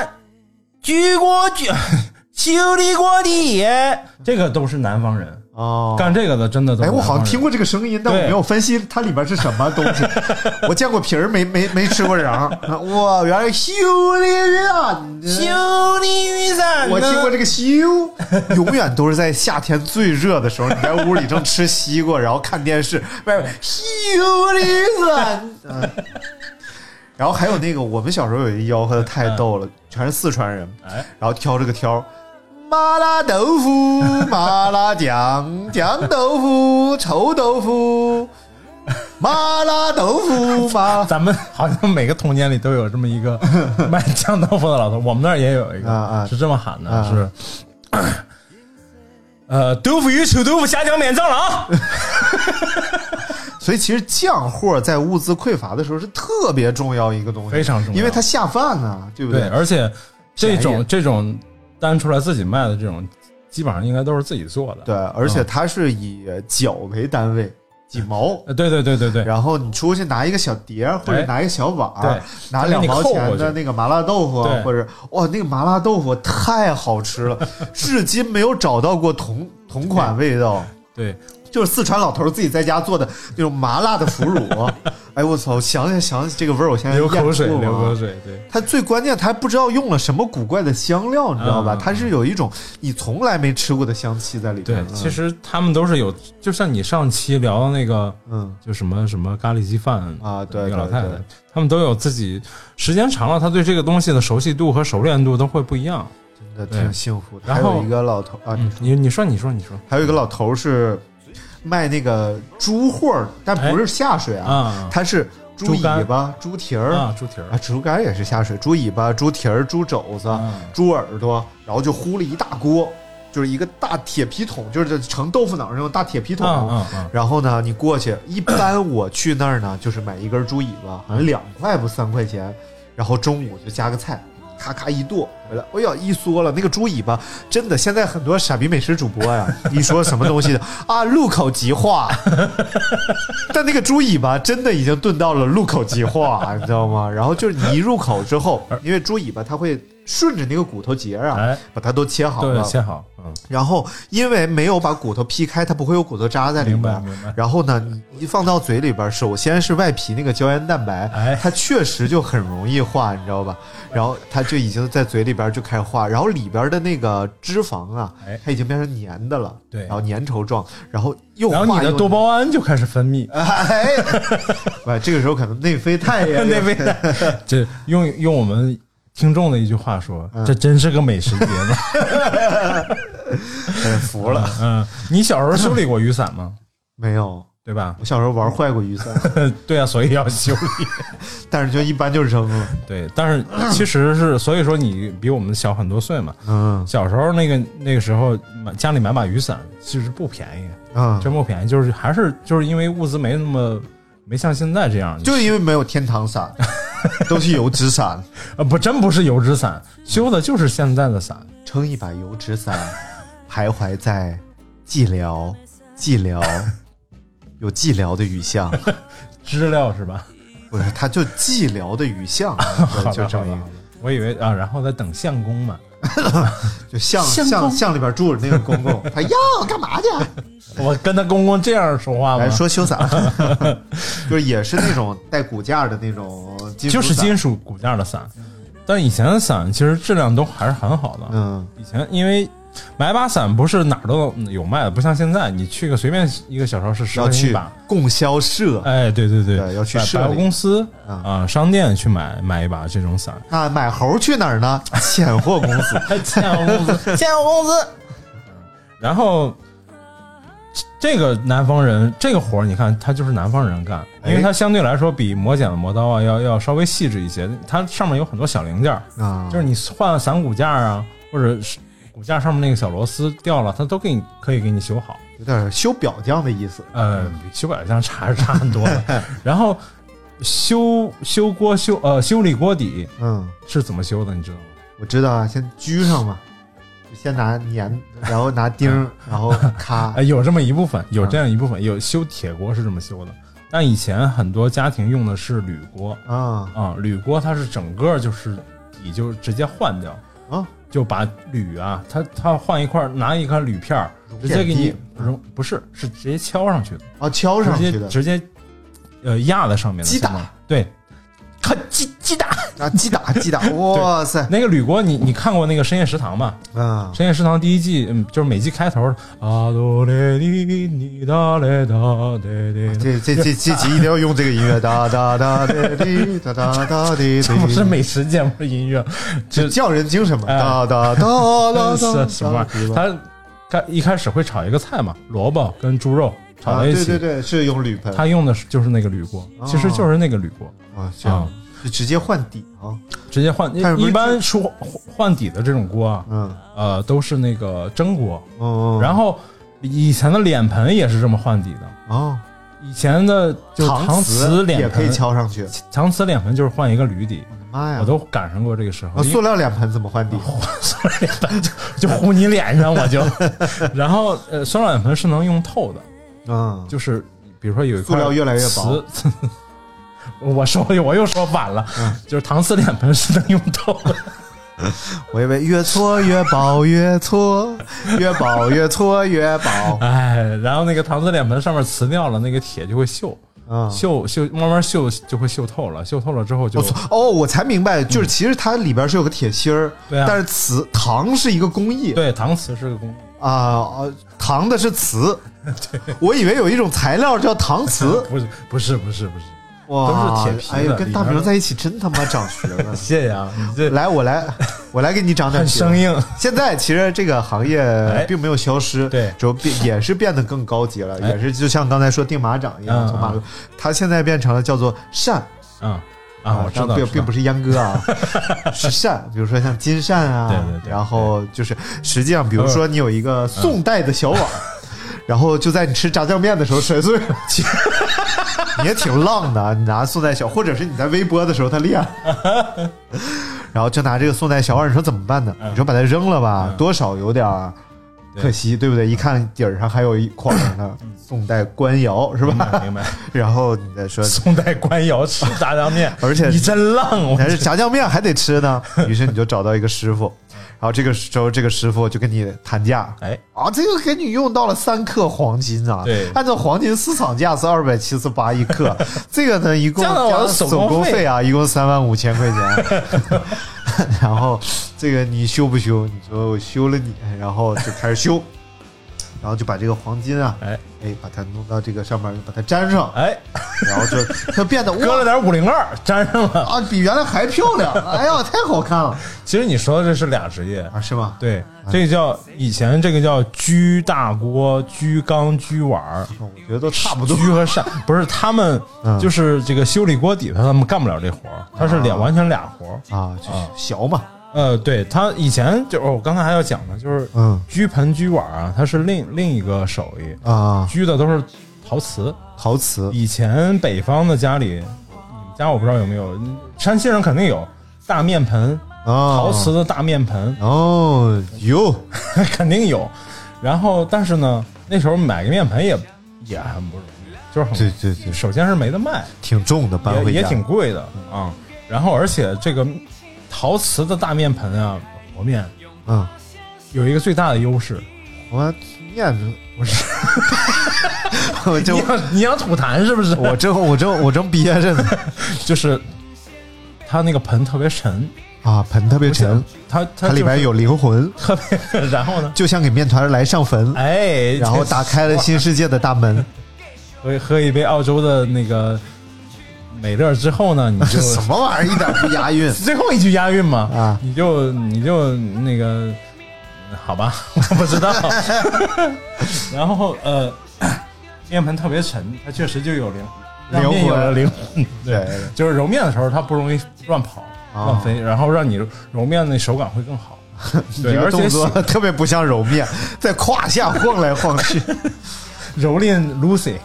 [SPEAKER 4] 举锅举， 修理锅底，这个都是南方人，
[SPEAKER 3] 哦，
[SPEAKER 4] 干这个的真的都是
[SPEAKER 3] 哎，我好像
[SPEAKER 4] 南方人
[SPEAKER 3] 听过这个声音，但我
[SPEAKER 4] 对
[SPEAKER 3] 没有分析它里边是什么东 西。我见过皮儿，没没没吃过瓤。 哇，原来修啊理院呢
[SPEAKER 4] 修理雨伞呢，
[SPEAKER 3] 我听过这个咻， 永远都是在夏天最热的时候，你在屋里正吃西瓜，然后看电视，外面咻的一 声。嗯然后还有那个，我们小时候有一吆喝的太逗了，全是四川人，
[SPEAKER 4] 哎
[SPEAKER 3] 然后挑这个挑，麻辣豆腐、麻辣酱、酱豆腐、臭豆腐、麻辣豆腐、麻
[SPEAKER 4] 咱们好像每个童年里都有这么一 个卖酱豆腐的老头，我们那儿也有一个，
[SPEAKER 3] 啊啊
[SPEAKER 4] 是这么喊的，
[SPEAKER 3] 啊
[SPEAKER 4] 是。 呃，豆腐鱼、臭豆腐、虾酱免脏了 啊！
[SPEAKER 3] 所以其实酱货在物资匮乏的时候是特别重要一个东西，
[SPEAKER 4] 非常重要
[SPEAKER 3] 因为它下饭啊，对不
[SPEAKER 4] 对，而且这
[SPEAKER 3] 便宜
[SPEAKER 4] 种这种单出来自己卖的这种，基本上应该都是自己做的。
[SPEAKER 3] 对，而且它是以角为单位，几毛。
[SPEAKER 4] 呃，对对对嗯对对，
[SPEAKER 3] 然后你出去拿一个小碟儿，或者
[SPEAKER 4] 哎
[SPEAKER 3] 拿一个小碗儿
[SPEAKER 4] 对，
[SPEAKER 3] 拿
[SPEAKER 4] 再给
[SPEAKER 3] 两
[SPEAKER 4] 你
[SPEAKER 3] 毛
[SPEAKER 4] 扣
[SPEAKER 3] 钱
[SPEAKER 4] 过去
[SPEAKER 3] 的那个麻辣豆腐啊，
[SPEAKER 4] 对
[SPEAKER 3] 或者哇，那个麻辣豆腐太好吃 了，至今没有找到过同同款味道。
[SPEAKER 4] 对，
[SPEAKER 3] 就是四川老头自己在家做的那种麻辣的腐 乳，哎我操！我想想想起这个味儿，我现在
[SPEAKER 4] 流口水，
[SPEAKER 3] 咽不住
[SPEAKER 4] 流
[SPEAKER 3] 啊
[SPEAKER 4] 口水，对，
[SPEAKER 3] 它最关键，它还不知道用了什么古怪的香料，你知道吧？
[SPEAKER 4] 嗯
[SPEAKER 3] 它是有一种你从来没吃过的香气在里
[SPEAKER 4] 对
[SPEAKER 3] 边。，嗯
[SPEAKER 4] 其，实他们都是有，就像你上期聊的那个，
[SPEAKER 3] 嗯
[SPEAKER 4] 就什么什么咖喱鸡饭
[SPEAKER 3] 啊对
[SPEAKER 4] 那个老
[SPEAKER 3] 对
[SPEAKER 4] 太太
[SPEAKER 3] 对，
[SPEAKER 4] 他们都有自己，时间长了，他对这个东西的熟悉度和熟练度都会不一样。
[SPEAKER 3] 真的挺
[SPEAKER 4] 对
[SPEAKER 3] 幸福的。还
[SPEAKER 4] 然后
[SPEAKER 3] 有一个老头啊，
[SPEAKER 4] 嗯，你你说，你说，你说
[SPEAKER 3] 还有一个老头是卖那个猪货儿，但不是下水啊，
[SPEAKER 4] 啊
[SPEAKER 3] 他是猪
[SPEAKER 4] 猪肝
[SPEAKER 3] 尾巴、猪蹄儿
[SPEAKER 4] 啊，猪蹄儿
[SPEAKER 3] 啊，猪肝也是下水，猪尾巴、猪蹄儿、猪肘子、
[SPEAKER 4] 嗯
[SPEAKER 3] 猪耳朵，然后就烀了一大锅，就是一个大铁皮桶，就是盛豆腐脑儿那种大铁皮桶。
[SPEAKER 4] 啊啊啊，
[SPEAKER 3] 然后呢，你过去，一般我去那儿呢，就是买一根猪尾巴，好像两块不三块钱，然后中午就加个菜，咔咔一剁回来，哎呀一缩了，那个猪尾巴真的，现在很多傻逼美食主播呀， 一说什么东西啊，入口即化， 但那个猪尾巴真的已经炖到了入口即化，你知道吗？然后就是你一入口之后，因为猪尾巴它会顺着那个骨头节儿啊，
[SPEAKER 4] 哎，
[SPEAKER 3] 把它都切好
[SPEAKER 4] 对，
[SPEAKER 3] 了，
[SPEAKER 4] 切好，嗯，
[SPEAKER 3] 然后因为没有把骨头劈开，它不会有骨头渣在里
[SPEAKER 4] 明白
[SPEAKER 3] 边。
[SPEAKER 4] 明 白，
[SPEAKER 3] 然后呢，你一放到嘴里边，首先是外皮那个胶原蛋白
[SPEAKER 4] 哎，
[SPEAKER 3] 它确实就很容易化，你知道吧？然后它就已经在嘴里边就开始化，然后里边的那个脂肪啊
[SPEAKER 4] 哎，
[SPEAKER 3] 它已经变成粘的了，
[SPEAKER 4] 对
[SPEAKER 3] 然后粘稠状，然后又化
[SPEAKER 4] 然后你的
[SPEAKER 3] 又
[SPEAKER 4] 多巴胺就开始分泌，
[SPEAKER 3] 哎， 喂，这个时候可能内啡肽哎也
[SPEAKER 4] 那味道，这用用我们听众的一句话说，
[SPEAKER 3] 嗯
[SPEAKER 4] 这真是个美食节目。
[SPEAKER 3] 哎服了，
[SPEAKER 4] 嗯，你小时候修理过雨伞吗？
[SPEAKER 3] 没有。
[SPEAKER 4] 对吧？
[SPEAKER 3] 我小时候玩坏过雨伞，
[SPEAKER 4] 对啊，所以要修理。
[SPEAKER 3] 但是就一般就扔了。
[SPEAKER 4] 对，但是其实是，所以说你比我们小很多岁嘛。
[SPEAKER 3] 嗯
[SPEAKER 4] 小时候那个那个时候买家里买把雨伞其实不便宜，
[SPEAKER 3] 嗯，
[SPEAKER 4] 真不便宜，就是还是就是因为物资没那么没像现在这样，
[SPEAKER 3] 就是因为没有天 堂伞，都是油纸伞，
[SPEAKER 4] 呃不真不是油纸伞，修的就是现在的伞。
[SPEAKER 3] 撑一把油纸伞，徘徊在寂寥、寂寥，有寂寥的雨巷，
[SPEAKER 4] 知了是吧？
[SPEAKER 3] 不是，它就寂寥的雨巷，啊
[SPEAKER 4] 好
[SPEAKER 3] 就
[SPEAKER 4] 吧
[SPEAKER 3] 这
[SPEAKER 4] 好吧
[SPEAKER 3] 么一
[SPEAKER 4] 好
[SPEAKER 3] 个
[SPEAKER 4] 吧，我以为啊，然后再等相公嘛，
[SPEAKER 3] 就巷
[SPEAKER 4] 相
[SPEAKER 3] 巷
[SPEAKER 4] 公
[SPEAKER 3] 巷里边住着那个公公，他呀干嘛去？
[SPEAKER 4] 我跟他公公这样说话吗
[SPEAKER 3] 来？说修伞， 就是也是那种带骨架的那种金属
[SPEAKER 4] 就
[SPEAKER 3] 伞，
[SPEAKER 4] 是金属骨架的伞，但以前的伞其实质量都还是很好的。
[SPEAKER 3] 嗯，
[SPEAKER 4] 以前因为买把伞不是哪儿都有卖的，不像现在你去个随便一个小超市十
[SPEAKER 3] 要
[SPEAKER 4] 块钱一
[SPEAKER 3] 去
[SPEAKER 4] 把。
[SPEAKER 3] 供销社，
[SPEAKER 4] 哎，对对对，
[SPEAKER 3] 对要去
[SPEAKER 4] 百
[SPEAKER 3] 社
[SPEAKER 4] 百货
[SPEAKER 3] 里
[SPEAKER 4] 公司
[SPEAKER 3] 嗯
[SPEAKER 4] 啊、商店去买买一把这种伞。
[SPEAKER 3] 那买猴去哪儿呢？ 现货公 司，
[SPEAKER 4] 欠我工资， 欠我工资。 然后这个南方人这个活儿，你看他就是南方人干，因
[SPEAKER 3] 哎
[SPEAKER 4] 为他相对来说比磨剪子、磨刀啊要要稍微细致一些，它上面有很多小零件儿，
[SPEAKER 3] 啊
[SPEAKER 4] 就是你换伞骨架啊，或者是骨架上面那个小螺丝掉了，它都给你可以给你修好。
[SPEAKER 3] 有点修表匠的意思。
[SPEAKER 4] 呃，比修改箱差是差很多 了。然后修修锅修呃修理锅底
[SPEAKER 3] 嗯，
[SPEAKER 4] 是怎么修的，你知道吗？
[SPEAKER 3] 我知道啊，先掬上嘛，就先拿 粘，然后拿钉儿，然后咔
[SPEAKER 4] 哎，，有这么一部分，
[SPEAKER 3] 啊
[SPEAKER 4] 有这样一部分，有修铁锅是这么修的，但以前很多家庭用的是铝锅
[SPEAKER 3] 啊
[SPEAKER 4] 啊，铝锅它是整个就是底就直接换掉
[SPEAKER 3] 啊，
[SPEAKER 4] 就把铝啊，它它换一块拿一块铝片儿，直接给
[SPEAKER 3] 片
[SPEAKER 4] 你
[SPEAKER 3] 地
[SPEAKER 4] 融，不是是直接敲上去的，
[SPEAKER 3] 啊，嗯敲上
[SPEAKER 4] 直
[SPEAKER 3] 去
[SPEAKER 4] 接
[SPEAKER 3] 的
[SPEAKER 4] 直接呃压在上面的，
[SPEAKER 3] 击打
[SPEAKER 4] 相当于对，看击击打
[SPEAKER 3] 啊，击打 击打，哇塞，
[SPEAKER 4] 那个铝锅你你看过那个深夜食堂吧？
[SPEAKER 3] 啊
[SPEAKER 4] 《深夜食堂》第一季，嗯，就是每季开头，啊哆来咪咪哒来哒来来哒，
[SPEAKER 3] 这这这这集一定要用这个音乐，哒哒哒哒 滴哒哒哒滴，
[SPEAKER 4] 这不是美食节目的音乐，
[SPEAKER 3] 这教人精神嘛，
[SPEAKER 4] 哎
[SPEAKER 3] 哒哒 哒哒哒，
[SPEAKER 4] 是什么玩意儿？他开一开始会炒一个菜嘛，萝卜跟猪肉炒
[SPEAKER 3] 啊，
[SPEAKER 4] 在一
[SPEAKER 3] 对对
[SPEAKER 4] 起，
[SPEAKER 3] 对，是用铝盆
[SPEAKER 4] 他用的是就是那个铝锅，其实就是那个铝锅，
[SPEAKER 3] 啊，这样就直接换底啊，
[SPEAKER 4] 直接换。
[SPEAKER 3] 但是不是
[SPEAKER 4] 一般说换换底的这种锅啊，
[SPEAKER 3] 嗯
[SPEAKER 4] 呃，都是那个蒸锅，
[SPEAKER 3] 嗯，
[SPEAKER 4] 然后以前的脸盆也是这么换底的，
[SPEAKER 3] 哦，
[SPEAKER 4] 以前的就搪瓷
[SPEAKER 3] 瓷也
[SPEAKER 4] 脸
[SPEAKER 3] 可以
[SPEAKER 4] 盆。
[SPEAKER 3] 敲上去，
[SPEAKER 4] 搪瓷脸盆就是换一个铝底，
[SPEAKER 3] 妈哎呀，
[SPEAKER 4] 我都赶上过这个时
[SPEAKER 3] 啊
[SPEAKER 4] 候。
[SPEAKER 3] 塑料脸盆怎么换底？
[SPEAKER 4] 塑料脸盆就 就糊 你脸上，我就。然后呃，塑料脸盆是能用透的，
[SPEAKER 3] 嗯，
[SPEAKER 4] 就是比如说有一
[SPEAKER 3] 塑
[SPEAKER 4] 块
[SPEAKER 3] 料越来越薄
[SPEAKER 4] 瓷， 我说我又说反了，
[SPEAKER 3] 嗯
[SPEAKER 4] 就是搪瓷脸盆是能用到 的。
[SPEAKER 3] 我以为越搓越薄，越搓越薄，越搓越薄。
[SPEAKER 4] 哎，然后那个搪瓷脸盆上面瓷掉了，那个铁就会锈，
[SPEAKER 3] 嗯，
[SPEAKER 4] 锈锈慢慢锈就会锈透了，锈透了之后就
[SPEAKER 3] 我操！哦，我才明白，就是其实它里边是有个铁芯儿，
[SPEAKER 4] 对啊
[SPEAKER 3] 但是瓷糖是一个工艺
[SPEAKER 4] 对搪瓷是个工艺。
[SPEAKER 3] 啊、呃糖的是瓷。我以为有一种材料叫搪 瓷，
[SPEAKER 4] 不是不是不是不是，
[SPEAKER 3] 哇，
[SPEAKER 4] 都是铁皮的
[SPEAKER 3] 哎呦，跟大
[SPEAKER 4] 里边
[SPEAKER 3] 明在一起真他妈长学问。
[SPEAKER 4] 谢谢啊，你这
[SPEAKER 3] 来，我来，我来给你长点
[SPEAKER 4] 很
[SPEAKER 3] 学
[SPEAKER 4] 生硬。
[SPEAKER 3] 现在其实这个行业并没有消失，
[SPEAKER 4] 哎对
[SPEAKER 3] 主要变也是变得更高级了，
[SPEAKER 4] 哎
[SPEAKER 3] 也是就像刚才说钉马掌一样，
[SPEAKER 4] 嗯
[SPEAKER 3] 从马路，它现在变成了叫做扇
[SPEAKER 4] 嗯啊，我知道，
[SPEAKER 3] 并并不
[SPEAKER 4] 是
[SPEAKER 3] 是秧 歌啊，是扇，比如说像金扇啊，
[SPEAKER 4] 对对对呃嗯
[SPEAKER 3] 然后就是实际上，比如说你有一个宋代的小碗。然后就在你吃炸酱面的时候摔碎 了，你也挺浪的啊。你拿宋代小，或者是你在微波的时候它 裂了，然后就拿这个宋代小碗，你说怎么办呢？你说把它扔了吧，多少有点儿
[SPEAKER 4] 嗯对嗯
[SPEAKER 3] 可惜，对不对？一看底儿上还有一筐呢，宋代官窑是
[SPEAKER 4] 明白
[SPEAKER 3] 吧？
[SPEAKER 4] 明白。
[SPEAKER 3] 然后你再说，
[SPEAKER 4] 嗯宋代官窑吃炸酱面
[SPEAKER 3] ，而且
[SPEAKER 4] 你真浪，我
[SPEAKER 3] 但是炸酱面还得吃 呢。于是你就找到一个师傅，然后这个时候这个师傅就跟你谈价，
[SPEAKER 4] 哎，
[SPEAKER 3] 啊，这个给你用到了三克黄金啊，
[SPEAKER 4] 对
[SPEAKER 3] 按照黄金市场价是二百七十八一 克，这个呢一共
[SPEAKER 4] 加
[SPEAKER 3] 加
[SPEAKER 4] 上我的
[SPEAKER 3] 上
[SPEAKER 4] 手
[SPEAKER 3] 手
[SPEAKER 4] 工
[SPEAKER 3] 工
[SPEAKER 4] 费
[SPEAKER 3] 费啊，一共三万五千块钱。 然后这个你修不修？你说我修了你，然后就开始修，然后就把这个黄金啊，
[SPEAKER 4] 哎
[SPEAKER 3] 哎，把它弄到这个上面，把它粘上，
[SPEAKER 4] 哎，
[SPEAKER 3] 然 后就它变得
[SPEAKER 4] 搁
[SPEAKER 3] 哇
[SPEAKER 4] 了点五零二粘上了。
[SPEAKER 3] 啊，比原来还漂亮！哎呀，太好看了
[SPEAKER 4] 其实你说的这是俩职业，
[SPEAKER 3] 啊，是吗？
[SPEAKER 4] 对，这个叫以前这个叫居大锅、居缸、居碗儿。
[SPEAKER 3] 我觉得都差不多
[SPEAKER 4] 居和扇不是他们
[SPEAKER 3] 嗯，
[SPEAKER 4] 就是这个修理锅底，他他们干不了这活儿，他是俩完全俩活儿。
[SPEAKER 3] 啊，就是小嘛，
[SPEAKER 4] 呃，对他以前就哦我刚才还要讲呢，就是
[SPEAKER 3] 嗯
[SPEAKER 4] 居盆居碗啊，它是另另一个手艺，
[SPEAKER 3] 啊，
[SPEAKER 4] 居的都是陶瓷。
[SPEAKER 3] 陶瓷
[SPEAKER 4] 以前北方的家里，你们家我不知道有没有，山西人肯定有大面盆，
[SPEAKER 3] 啊，
[SPEAKER 4] 陶瓷的大面盆、
[SPEAKER 3] 哦，有
[SPEAKER 4] 肯定有。然后，但是呢，那时候买个面盆也也很不容易，就是很
[SPEAKER 3] 对对对
[SPEAKER 4] 首先是没得卖，
[SPEAKER 3] 挺重的，搬回
[SPEAKER 4] 也
[SPEAKER 3] 家
[SPEAKER 4] 也挺贵的啊。然后，而且这个陶瓷的大面盆啊，和面
[SPEAKER 3] 嗯，
[SPEAKER 4] 有一个最大的优 势，
[SPEAKER 3] 我面子不是， 我这
[SPEAKER 4] 你想 你想吐痰是不是？
[SPEAKER 3] 我正我正我正憋着呢
[SPEAKER 4] 就是它那个盆特别沉，
[SPEAKER 3] 啊，盆特别沉，
[SPEAKER 4] 它它
[SPEAKER 3] 它里边
[SPEAKER 4] 边
[SPEAKER 3] 有灵魂，
[SPEAKER 4] 特别， 然后呢，
[SPEAKER 3] 就像给面团来上坟，
[SPEAKER 4] 哎，
[SPEAKER 3] 然后打开了新世界的大 门，
[SPEAKER 4] 喝喝一杯澳洲的那个美乐之后呢，你
[SPEAKER 3] 这
[SPEAKER 4] 就
[SPEAKER 3] 什么玩意儿，一点不押韵
[SPEAKER 4] 最后一句押韵嘛，
[SPEAKER 3] 啊
[SPEAKER 4] 你就你就那个好吧， 我不知 道。然后呃，面盆特别沉，它确实就有灵，让
[SPEAKER 3] 灵
[SPEAKER 4] 面有
[SPEAKER 3] 魂
[SPEAKER 4] 了灵魂，
[SPEAKER 3] 对
[SPEAKER 4] 对， 就是揉面的时候它不容易乱跑
[SPEAKER 3] 啊
[SPEAKER 4] 乱飞，然后让你揉面那手感会更 好。对，
[SPEAKER 3] 这个
[SPEAKER 4] 而且
[SPEAKER 3] 动作特别不像揉面，在胯下晃来晃去。
[SPEAKER 4] 蹂躏 Lucy，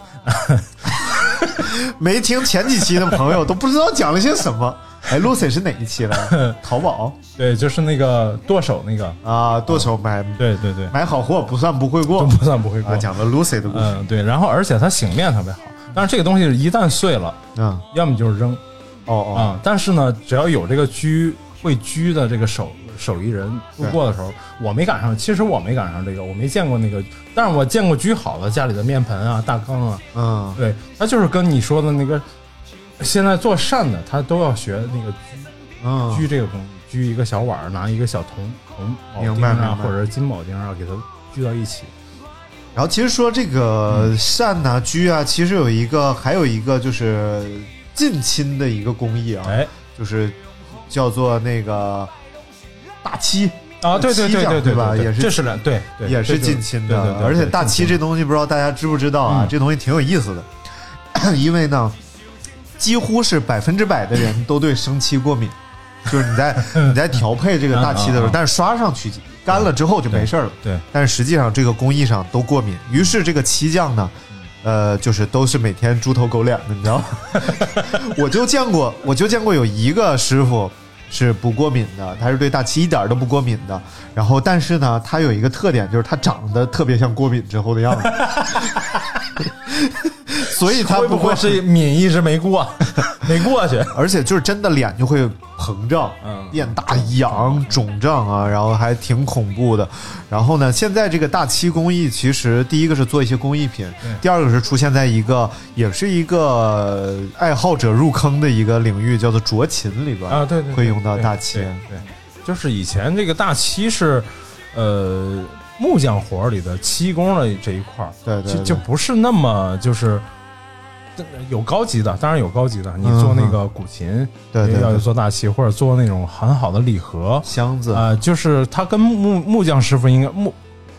[SPEAKER 3] 没听前几期的朋友都不知道讲了些 什么。哎，Lucy 是哪一期来着？淘宝
[SPEAKER 4] 对，就是那个剁手那个，
[SPEAKER 3] 啊，剁手买
[SPEAKER 4] 对对对，
[SPEAKER 3] 买好货不算不会
[SPEAKER 4] 都
[SPEAKER 3] 过
[SPEAKER 4] 不算不会过
[SPEAKER 3] 啊，。讲了 Lucy 的故事。
[SPEAKER 4] 嗯，对，然后而且它醒面特别好，但是这个东西一旦碎了，
[SPEAKER 3] 嗯，
[SPEAKER 4] 要么就是扔，
[SPEAKER 3] 哦
[SPEAKER 4] 啊、但是呢，只要有这个狙会狙的这个手手艺人路过的时候，我没赶上。其实我没赶上这个，我没见过那个，但是我见过狙好的家里的面盆啊、大缸啊，
[SPEAKER 3] 哦，嗯，
[SPEAKER 4] 对，他就是跟你说的那个，现在做扇的他都要学那个
[SPEAKER 3] 嗯
[SPEAKER 4] 狙，狙这个工具，狙一个小碗儿，拿一个小铜铜铆
[SPEAKER 3] 明
[SPEAKER 4] 钉
[SPEAKER 3] 白
[SPEAKER 4] 啊，
[SPEAKER 3] 明白
[SPEAKER 4] 或者是金铆钉啊，给它锯到一起。
[SPEAKER 3] 然后其实说这个扇呐、狙啊，其实有一个，还有一个就是近亲的一个工艺啊，
[SPEAKER 4] 哎，
[SPEAKER 3] 就是叫做那个大漆，
[SPEAKER 4] 啊，对对
[SPEAKER 3] 七
[SPEAKER 4] 对
[SPEAKER 3] 掌
[SPEAKER 4] 对
[SPEAKER 3] 对吧也是
[SPEAKER 4] 这是两对对，
[SPEAKER 3] 也
[SPEAKER 4] 这
[SPEAKER 3] 是
[SPEAKER 4] 就是
[SPEAKER 3] 近亲
[SPEAKER 4] 对对
[SPEAKER 3] 的。
[SPEAKER 4] 对
[SPEAKER 3] 而且
[SPEAKER 4] 对
[SPEAKER 3] 大
[SPEAKER 4] 近
[SPEAKER 3] 漆
[SPEAKER 4] 亲
[SPEAKER 3] 这东西，不知道大家知不知道啊？
[SPEAKER 4] 嗯
[SPEAKER 3] 这东西挺有意思的， 因为呢，几乎是百分之百的人都对生漆 过敏。就是你在你在调配这个大漆的时
[SPEAKER 4] 嗯嗯
[SPEAKER 3] 候
[SPEAKER 4] 嗯，
[SPEAKER 3] 但是刷上去干了之后就没事儿了。
[SPEAKER 4] 对
[SPEAKER 3] 但是实际上这个工艺上都过敏，于是这个漆匠呢，呃，就是都是每天猪头狗脸的，你知道吗？ 我就见过，我就见过有一个师傅是不过敏的，他是对大漆一点儿都不过敏的。然后，但是呢，他有一个特点，就是他长得特别像过敏之后的样子。 所以他
[SPEAKER 4] 会不会是 敏一直没过， 没过去？
[SPEAKER 3] 而且就是真的脸就会膨胀，
[SPEAKER 4] 嗯
[SPEAKER 3] 变大痒、肿胀啊，然后还挺恐怖的。然后呢，现在这个大漆工艺，其实第一个是做一些工艺品，第二个是出现在一个也是一个爱好者入坑的一个领域，叫做琢琴里边
[SPEAKER 4] 啊，对对对
[SPEAKER 3] 会用到大漆
[SPEAKER 4] 对。对，就是以前这个大漆是，呃，木匠活儿里的漆工的这一块儿，
[SPEAKER 3] 对对
[SPEAKER 4] 就
[SPEAKER 3] 对
[SPEAKER 4] 就不是那么就是。有高级的，当然有高级的。你做那个古琴，
[SPEAKER 3] 嗯对对
[SPEAKER 4] 要
[SPEAKER 3] 对
[SPEAKER 4] 做大漆，或者做那种很好的礼盒，
[SPEAKER 3] 箱子，
[SPEAKER 4] 啊、就是他跟木木匠师傅应该木，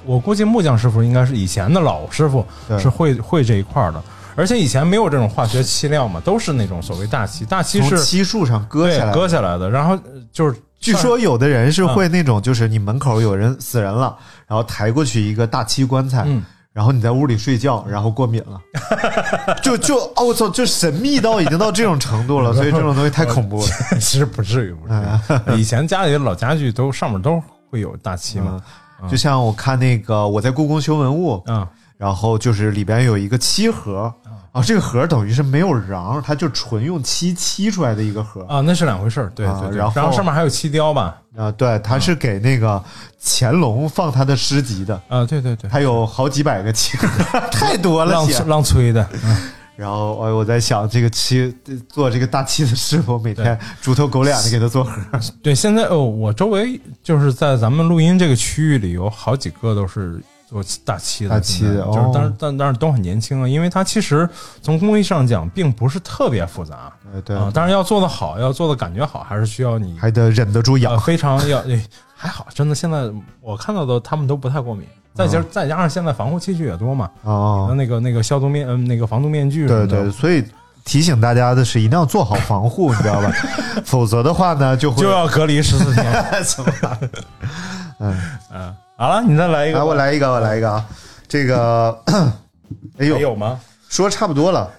[SPEAKER 4] 我估计木匠师傅应该是以前的老师傅
[SPEAKER 3] 对
[SPEAKER 4] 是会会这一块儿的，而且以前没有这种化学漆料嘛，都是那种所谓大漆，大漆
[SPEAKER 3] 从
[SPEAKER 4] 是
[SPEAKER 3] 漆树上割
[SPEAKER 4] 对
[SPEAKER 3] 下来的
[SPEAKER 4] 割下来的，然后呃就是嗯
[SPEAKER 3] 据说有的人是会那种，就是你门口有人死人了，然后抬过去一个大漆棺材，
[SPEAKER 4] 嗯
[SPEAKER 3] 然后你在屋里睡觉，然后过敏了， 就就哦我操，就神秘到已经到这种程度了，所以这种东西太 恐怖了。
[SPEAKER 4] 算其实不至于不
[SPEAKER 3] 啊
[SPEAKER 4] 至于，以前家里的老家具都上面都会有大漆嘛，
[SPEAKER 3] 嗯就像我看那个我在故宫修文物，
[SPEAKER 4] 嗯
[SPEAKER 3] 然后就是里边有一个漆盒，啊，这个盒等于是没有瓤，它就纯用漆漆出来的一个盒
[SPEAKER 4] 啊，那是两回事儿，对
[SPEAKER 3] 啊
[SPEAKER 4] 对对，
[SPEAKER 3] 然后
[SPEAKER 4] 然后上面还有漆雕吧，
[SPEAKER 3] 啊，对，它是给那个乾隆放他的诗集的，
[SPEAKER 4] 啊，对对对，
[SPEAKER 3] 它有好几百 个漆盒，太多了，啊
[SPEAKER 4] 浪
[SPEAKER 3] 姐
[SPEAKER 4] 浪吹的，嗯
[SPEAKER 3] 然后，哎，我在想，这个漆做这个大漆的师傅，每天猪头狗脸的给 他做盒，
[SPEAKER 4] 对，现在哦，我周围就是在咱们录音这个区域里，有好几个都是做大漆的，
[SPEAKER 3] 大漆的
[SPEAKER 4] 现在
[SPEAKER 3] 哦
[SPEAKER 4] 就是但是但但是都很年轻啊，因为它其实从工艺上讲，并不是特别复杂啊、
[SPEAKER 3] 呃对，
[SPEAKER 4] 当然要做的好，要做的感觉好，还是需要你
[SPEAKER 3] 还得忍得住
[SPEAKER 4] 呃
[SPEAKER 3] 痒。
[SPEAKER 4] 非常要、哎还好，真的现在我看到的他们都不太过敏，再加、再加上现在防护器具也多嘛，
[SPEAKER 3] 哦，
[SPEAKER 4] 那个那个消毒面嗯、嗯那个防毒面具什
[SPEAKER 3] 对
[SPEAKER 4] 么的
[SPEAKER 3] 对，所以提醒大家的是，一定要做好防护，你知 道吧？否则的话呢，就会
[SPEAKER 4] 就 要隔离十四天。
[SPEAKER 3] 怎么办？
[SPEAKER 4] 嗯，好了，你再来一个吧，
[SPEAKER 3] 来，我来一个，我来一个啊！这个， 哎
[SPEAKER 4] 还
[SPEAKER 3] 呦，
[SPEAKER 4] 有吗？
[SPEAKER 3] 说差不 多了，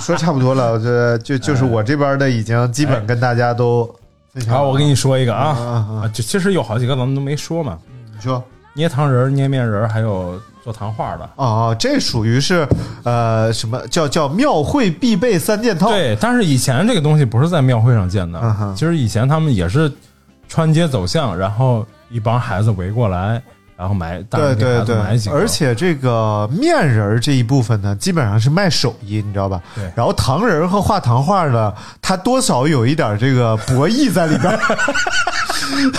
[SPEAKER 3] 说差不多了，这就就是
[SPEAKER 4] 哎
[SPEAKER 3] 我这边的已经基本跟大家都分享
[SPEAKER 4] 好，我
[SPEAKER 3] 完
[SPEAKER 4] 跟你说一个
[SPEAKER 3] 了
[SPEAKER 4] 啊。
[SPEAKER 3] 啊
[SPEAKER 4] 啊，
[SPEAKER 3] 啊，
[SPEAKER 4] 就其实有好几个咱们都没说嘛，
[SPEAKER 3] 你说。
[SPEAKER 4] 捏糖人儿、捏面人儿，还有做糖画的。
[SPEAKER 3] 哦，这属于是呃什么叫叫庙会必备三件套？
[SPEAKER 4] 对，但是以前这个东西不是在庙会上见
[SPEAKER 3] 嗯
[SPEAKER 4] 的
[SPEAKER 3] 哼，
[SPEAKER 4] 其实以前他们也是穿街走巷，然后一帮孩子围过来，然后买，大
[SPEAKER 3] 对
[SPEAKER 4] 人给
[SPEAKER 3] 对
[SPEAKER 4] 孩子买几
[SPEAKER 3] 对，
[SPEAKER 4] 个，
[SPEAKER 3] 而且这个面人儿这一部分呢，基本上是卖手艺，你知道吧？
[SPEAKER 4] 对
[SPEAKER 3] 然后糖人儿和画糖画儿呢，它多少有一点这个博弈在里边儿。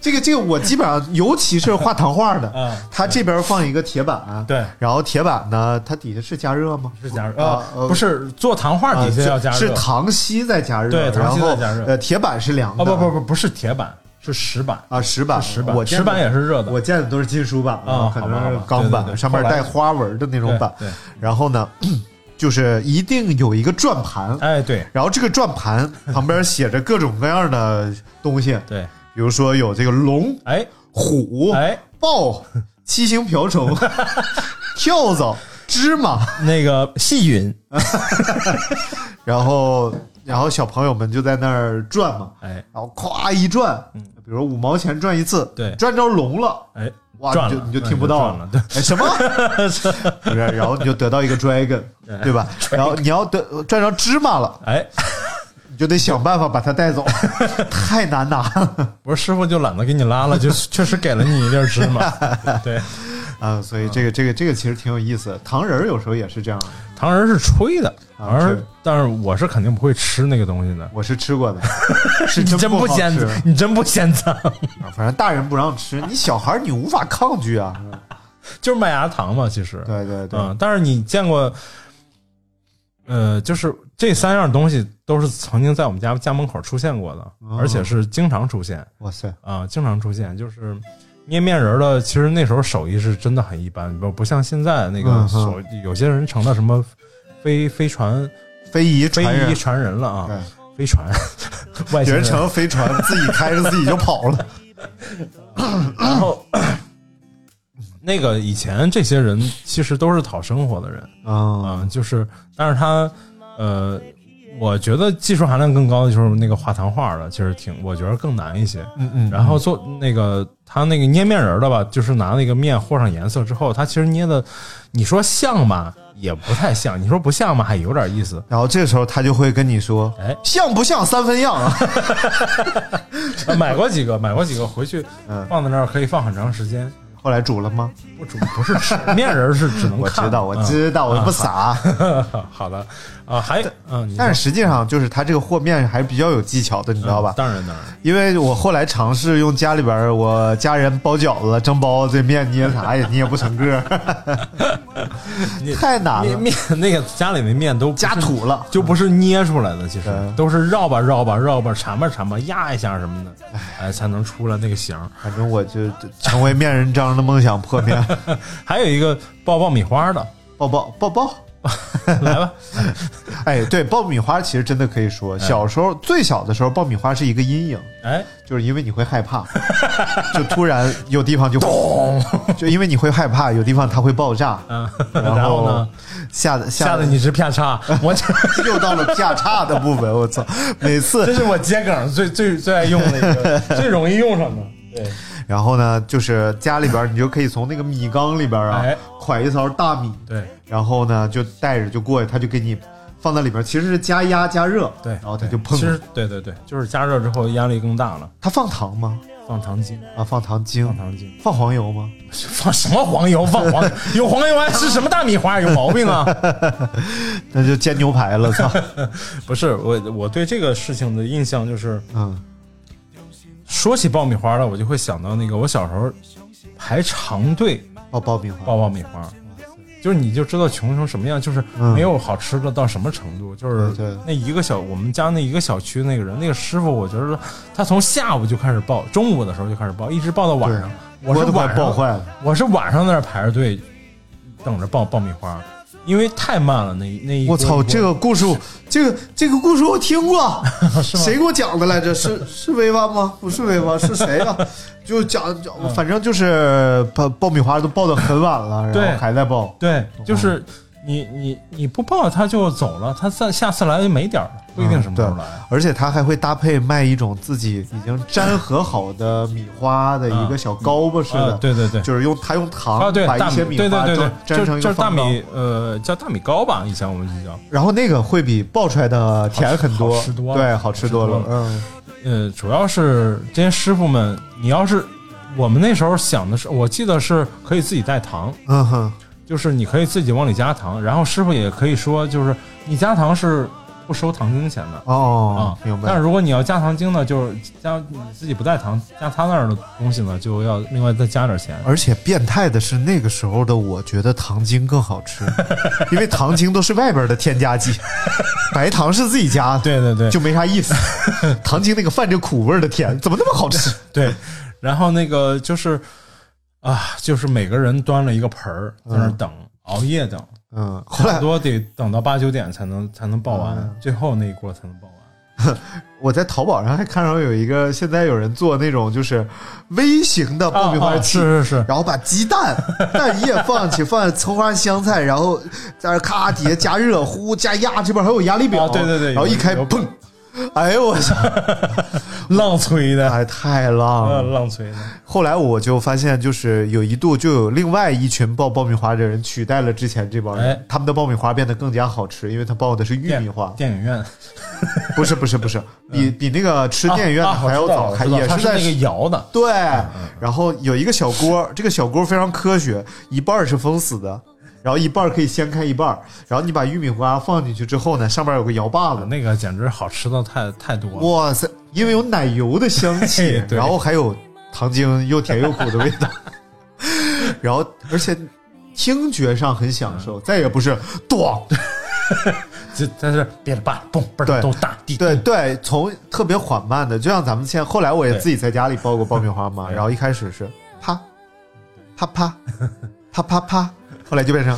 [SPEAKER 3] 这个这个，我基本上，尤其是画糖画儿的，
[SPEAKER 4] 嗯
[SPEAKER 3] 它这边放一个铁板，
[SPEAKER 4] 对
[SPEAKER 3] 然后铁板呢，它底下是加热吗？
[SPEAKER 4] 是加热
[SPEAKER 3] 啊
[SPEAKER 4] 呃，不是做糖画底下要加热，
[SPEAKER 3] 是糖稀在加热，
[SPEAKER 4] 对糖稀在加热
[SPEAKER 3] 然后呃，铁板是凉
[SPEAKER 4] 啊
[SPEAKER 3] 的，
[SPEAKER 4] 不不不不是铁板，是石板，
[SPEAKER 3] 啊，石板，
[SPEAKER 4] 是石板
[SPEAKER 3] 我见
[SPEAKER 4] 石
[SPEAKER 3] 的
[SPEAKER 4] 板也是热的
[SPEAKER 3] 我见的都是金属板
[SPEAKER 4] 啊
[SPEAKER 3] 可
[SPEAKER 4] 好吧
[SPEAKER 3] 能是
[SPEAKER 4] 好吧
[SPEAKER 3] 钢
[SPEAKER 4] 对对
[SPEAKER 3] 板，
[SPEAKER 4] 对
[SPEAKER 3] 上面带花纹的那种板
[SPEAKER 4] 对对。
[SPEAKER 3] 然后呢，就是一定有一个转盘，
[SPEAKER 4] 哎对
[SPEAKER 3] 然后这个转盘旁边写着各种各样的东西，
[SPEAKER 4] 对，
[SPEAKER 3] 比如说有这个龙、
[SPEAKER 4] 哎
[SPEAKER 3] 虎、
[SPEAKER 4] 哎
[SPEAKER 3] 豹、七星 瓢虫、跳蚤、芝麻，
[SPEAKER 4] 那个细云，
[SPEAKER 3] 然后然后小朋友们就在那儿转嘛，
[SPEAKER 4] 哎
[SPEAKER 3] 然后咵一转，比如五毛钱转一次，
[SPEAKER 4] 嗯对
[SPEAKER 3] 转着龙了。
[SPEAKER 4] 哎
[SPEAKER 3] 哇，
[SPEAKER 4] 转
[SPEAKER 3] 你
[SPEAKER 4] 了
[SPEAKER 3] 就你就听不到
[SPEAKER 4] 转了，对。
[SPEAKER 3] 哎，什么？ 不是，然后你就得到一个 dragon，对吧？然后你要得赚着芝麻了，
[SPEAKER 4] 哎，
[SPEAKER 3] 你就得想办法把 它带走，太难拿了
[SPEAKER 4] 我说师傅就懒得给你拉 了，就确实给了你一粒儿芝麻。对，
[SPEAKER 3] 啊！所以这个这个这个其实挺有意思的。糖人儿有时候也是这样的，
[SPEAKER 4] 糖人是吹的，
[SPEAKER 3] 啊
[SPEAKER 4] 而
[SPEAKER 3] 吹
[SPEAKER 4] 但是我是肯定不会吃那个东西 的。
[SPEAKER 3] 我是 吃过的，是
[SPEAKER 4] 你真
[SPEAKER 3] 不
[SPEAKER 4] 不
[SPEAKER 3] 好
[SPEAKER 4] 嫌
[SPEAKER 3] 吃，
[SPEAKER 4] 你真不嫌脏，
[SPEAKER 3] 啊反正大人不让吃，你小孩儿你无法抗拒啊。
[SPEAKER 4] 就是麦芽糖嘛，其实。
[SPEAKER 3] 对对对，
[SPEAKER 4] 嗯，但是你见过，呃，就是这三样东西都是曾经在我们家家门口出现过的，
[SPEAKER 3] 哦
[SPEAKER 4] 而且是经常出现
[SPEAKER 3] 哇塞，
[SPEAKER 4] 啊、经常出现。就是捏面人儿的，其实那时候手艺是真的很一般，不不像现在那个
[SPEAKER 3] 嗯哼
[SPEAKER 4] 所、有些人成了什么飞飞船
[SPEAKER 3] 非遗
[SPEAKER 4] 非
[SPEAKER 3] 传人
[SPEAKER 4] 遗，传哎人了啊，
[SPEAKER 3] 对
[SPEAKER 4] 飞 船，外
[SPEAKER 3] 有
[SPEAKER 4] 星
[SPEAKER 3] 人成了飞船，自己开着自己就跑了。
[SPEAKER 4] 然后那个以前这些人其实都是讨生活的人
[SPEAKER 3] 啊
[SPEAKER 4] 啊、就是但是他呃，我觉得技术含量更高的就是那个画糖画的，其实挺我觉得更难一些。
[SPEAKER 3] 嗯嗯，
[SPEAKER 4] 然后做那个他那个捏面人儿的吧，就是拿那个面和上颜色之后，他其实捏的，你说像吧，也不太像；你说不像吧，还有点意思。
[SPEAKER 3] 然后这时候他就会跟你说，
[SPEAKER 4] 哎
[SPEAKER 3] 像不像三分样啊？
[SPEAKER 4] 啊买过几个，买过几个，回去
[SPEAKER 3] 嗯
[SPEAKER 4] 放在那儿可以放很长时间。
[SPEAKER 3] 后来煮了吗？
[SPEAKER 4] 不煮不是吃 面人儿是只能
[SPEAKER 3] 我
[SPEAKER 4] 看，
[SPEAKER 3] 知道，我知道，我不傻。
[SPEAKER 4] 嗯 好的啊，还嗯，你说
[SPEAKER 3] 但是实际上就是他这个和面还是比较有技巧的，你知道吧？
[SPEAKER 4] 当然当然，
[SPEAKER 3] 因为我后来尝试用家里边儿我家人包饺子、蒸包子，这面捏啥也捏不成个儿， 太难
[SPEAKER 4] 面
[SPEAKER 3] 了，
[SPEAKER 4] 面 那个家里的面都不
[SPEAKER 3] 加
[SPEAKER 4] 是
[SPEAKER 3] 土了。嗯
[SPEAKER 4] 就不是捏出来的，其实
[SPEAKER 3] 对
[SPEAKER 4] 都是绕吧绕吧绕吧缠吧缠吧压一下什么的，哎，才能出来那个形儿。
[SPEAKER 3] 反正我就成为面人张的梦想破灭，
[SPEAKER 4] 还有一个爆爆米花的，
[SPEAKER 3] 抱抱抱抱。
[SPEAKER 4] 来吧，
[SPEAKER 3] 哎，对，爆米花其实真的可以
[SPEAKER 4] 嗯
[SPEAKER 3] 说，小时候最小的时候，爆米花是一个阴影，
[SPEAKER 4] 哎，
[SPEAKER 3] 就是因为你会害怕， 就突然有地方就咚， 就因为你会害怕，有地方它会爆炸，
[SPEAKER 4] 嗯，
[SPEAKER 3] 然
[SPEAKER 4] 然后呢，
[SPEAKER 3] 吓得
[SPEAKER 4] 吓
[SPEAKER 3] 吓
[SPEAKER 4] 得你直啪 嚓，我这
[SPEAKER 3] 又到了下叉的部分，我操！
[SPEAKER 4] 这
[SPEAKER 3] 每次，
[SPEAKER 4] 是我接梗最最最爱用的一个，最容易用上的，对，
[SPEAKER 3] 然后呢，就是家里边儿你就可以从那个米缸里边儿啊，
[SPEAKER 4] 哎
[SPEAKER 3] 㧟一勺大米，
[SPEAKER 4] 对，
[SPEAKER 3] 然后呢就带着就过去，他就给你放到里边儿，其实是加压加热，
[SPEAKER 4] 对，
[SPEAKER 3] 然后它
[SPEAKER 4] 对
[SPEAKER 3] 就碰
[SPEAKER 4] 其实
[SPEAKER 3] 了。
[SPEAKER 4] 对对对，就是加热之后压力更大了，
[SPEAKER 3] 他放糖吗？
[SPEAKER 4] 放糖精，
[SPEAKER 3] 啊，放糖精
[SPEAKER 4] 放，糖精，
[SPEAKER 3] 放黄油吗？
[SPEAKER 4] 放什么黄油？放黄有黄油还吃什么大米花？有毛病啊！
[SPEAKER 3] 那就煎牛排了，操！
[SPEAKER 4] 不是我，我对这个事情的印象就是，
[SPEAKER 3] 嗯，
[SPEAKER 4] 说起爆米花了，我就会想到那个我小时候排长队
[SPEAKER 3] 爆爆米花，
[SPEAKER 4] 爆爆米花，就是你就知道穷成什么样，就是
[SPEAKER 3] 嗯
[SPEAKER 4] 没有好吃的到什么程度，就是
[SPEAKER 3] 对对
[SPEAKER 4] 那一个小我们家那一个小区那个人那个师傅，我觉得他从下午就开始爆，中午的时候就开始爆，一直爆到晚上
[SPEAKER 3] 对，
[SPEAKER 4] 我
[SPEAKER 3] 锅
[SPEAKER 4] 是
[SPEAKER 3] 都快
[SPEAKER 4] 晚
[SPEAKER 3] 爆
[SPEAKER 4] 上
[SPEAKER 3] 坏了。
[SPEAKER 4] 我是晚上在那儿排着队等着爆爆米花，因为太慢了，那那一
[SPEAKER 3] 我操，
[SPEAKER 4] 锅一锅
[SPEAKER 3] 这个故事，这个这个故事我 听过，谁给我讲的来着？是是威娃吗？不是威娃，是谁 呀、就讲讲，
[SPEAKER 4] 嗯
[SPEAKER 3] 反正就是爆爆米花都爆的很晚了，然
[SPEAKER 4] 对
[SPEAKER 3] 后还在爆。
[SPEAKER 4] 对，就是你你你不报他就走了，他再下次来就没点儿了，不一定什么时候
[SPEAKER 3] 嗯
[SPEAKER 4] 来。啊
[SPEAKER 3] 而且它还会搭配卖一种自己已经粘合好的米花的一个小糕吧似的
[SPEAKER 4] 啊，，对对对。
[SPEAKER 3] 就是用它用糖
[SPEAKER 4] 啊，对，
[SPEAKER 3] 把
[SPEAKER 4] 大
[SPEAKER 3] 一
[SPEAKER 4] 米，
[SPEAKER 3] 些米
[SPEAKER 4] 对对
[SPEAKER 3] 花
[SPEAKER 4] 对对
[SPEAKER 3] 粘，
[SPEAKER 4] 就
[SPEAKER 3] 粘成一
[SPEAKER 4] 就
[SPEAKER 3] 个
[SPEAKER 4] 是大
[SPEAKER 3] 方糕，
[SPEAKER 4] 米，呃，叫大米糕吧，以前我们就叫，
[SPEAKER 3] 然后那个会比爆出来的甜很多，
[SPEAKER 4] 好吃多了
[SPEAKER 3] 对，好吃多了
[SPEAKER 4] 好，吃
[SPEAKER 3] 嗯。
[SPEAKER 4] 呃，主要是这些师傅们，你要是我们那时候想的是，我记得是可以自己带糖，
[SPEAKER 3] 嗯哼，
[SPEAKER 4] 就是你可以自己往里加糖，然后师傅也可以说，就是你加糖是不收糖精钱的
[SPEAKER 3] 哦
[SPEAKER 4] 啊，，
[SPEAKER 3] 明
[SPEAKER 4] 但
[SPEAKER 3] 白
[SPEAKER 4] 是。如果你要加糖精呢，就是加你自己不带糖，加他那儿的东西呢，就要另外再加点钱。
[SPEAKER 3] 而且变态的是，那个时候的我觉得糖精更好 吃，因为糖精都是外边的添加剂，白糖是自己加的，
[SPEAKER 4] 对对对，
[SPEAKER 3] 就没啥 意思。糖精那个泛着苦味儿的甜，怎么那么好吃？
[SPEAKER 4] 对，然后那个就是啊，就是每个人端了一个盆儿在那儿等，熬夜等，
[SPEAKER 3] 嗯，后
[SPEAKER 4] 差不
[SPEAKER 3] 来嗯
[SPEAKER 4] 多得等到八九点才能才能报完，最后那一锅才能报完。
[SPEAKER 3] 我在淘宝上还看到有一个，现在有人做那种就是微型的爆米花
[SPEAKER 4] 啊啊
[SPEAKER 3] 器，
[SPEAKER 4] 是是是
[SPEAKER 3] 然后把鸡蛋 蛋液放进去，放葱花香菜，然后在那咔底下加热，呼加压，这边还有压力表，
[SPEAKER 4] 啊对对对
[SPEAKER 3] 然后一
[SPEAKER 4] 有
[SPEAKER 3] 开
[SPEAKER 4] 有
[SPEAKER 3] 砰，哎呦我操！
[SPEAKER 4] 浪催的，
[SPEAKER 3] 哎，太浪
[SPEAKER 4] 呃，
[SPEAKER 3] 了。
[SPEAKER 4] 浪催的，
[SPEAKER 3] 后来我就发现，就是有一度就有另外一群爆爆米花的人取代了之前这帮人
[SPEAKER 4] 哎，
[SPEAKER 3] 他们的爆米花变得更加好吃，因为他爆的是玉米花，
[SPEAKER 4] 电影院
[SPEAKER 3] 不是不是不是，比比那个吃电影院的
[SPEAKER 4] 嗯啊啊我
[SPEAKER 3] 还要
[SPEAKER 4] 知道
[SPEAKER 3] 早，
[SPEAKER 4] 我
[SPEAKER 3] 还
[SPEAKER 4] 知道
[SPEAKER 3] 也
[SPEAKER 4] 它
[SPEAKER 3] 是
[SPEAKER 4] 是
[SPEAKER 3] 在
[SPEAKER 4] 那个嗯摇的，
[SPEAKER 3] 对，然后有一个小锅，这个小锅非常科学，一半儿是封死的，然后一半儿可以掀开一半儿，然后你把玉米花放进去之后呢，上面有个摇把子，
[SPEAKER 4] 那个简直好吃的太太多了。
[SPEAKER 3] 哇塞，因为有奶油的香气
[SPEAKER 4] 嘿， 对
[SPEAKER 3] 然后还有糖精又甜又苦的味道， 然后而且听觉上很享
[SPEAKER 4] 嗯
[SPEAKER 3] 受，再也不是 咣，
[SPEAKER 4] 这但是别的吧，嘣嘣
[SPEAKER 3] 对
[SPEAKER 4] 儿都大地，
[SPEAKER 3] 对对，从特别缓慢的，就像咱们现在，后来我也
[SPEAKER 4] 对
[SPEAKER 3] 自己在家里爆过爆米花嘛，
[SPEAKER 4] 对
[SPEAKER 3] 然后一开始 是啪啪啪啪啪啪啪，后来就变成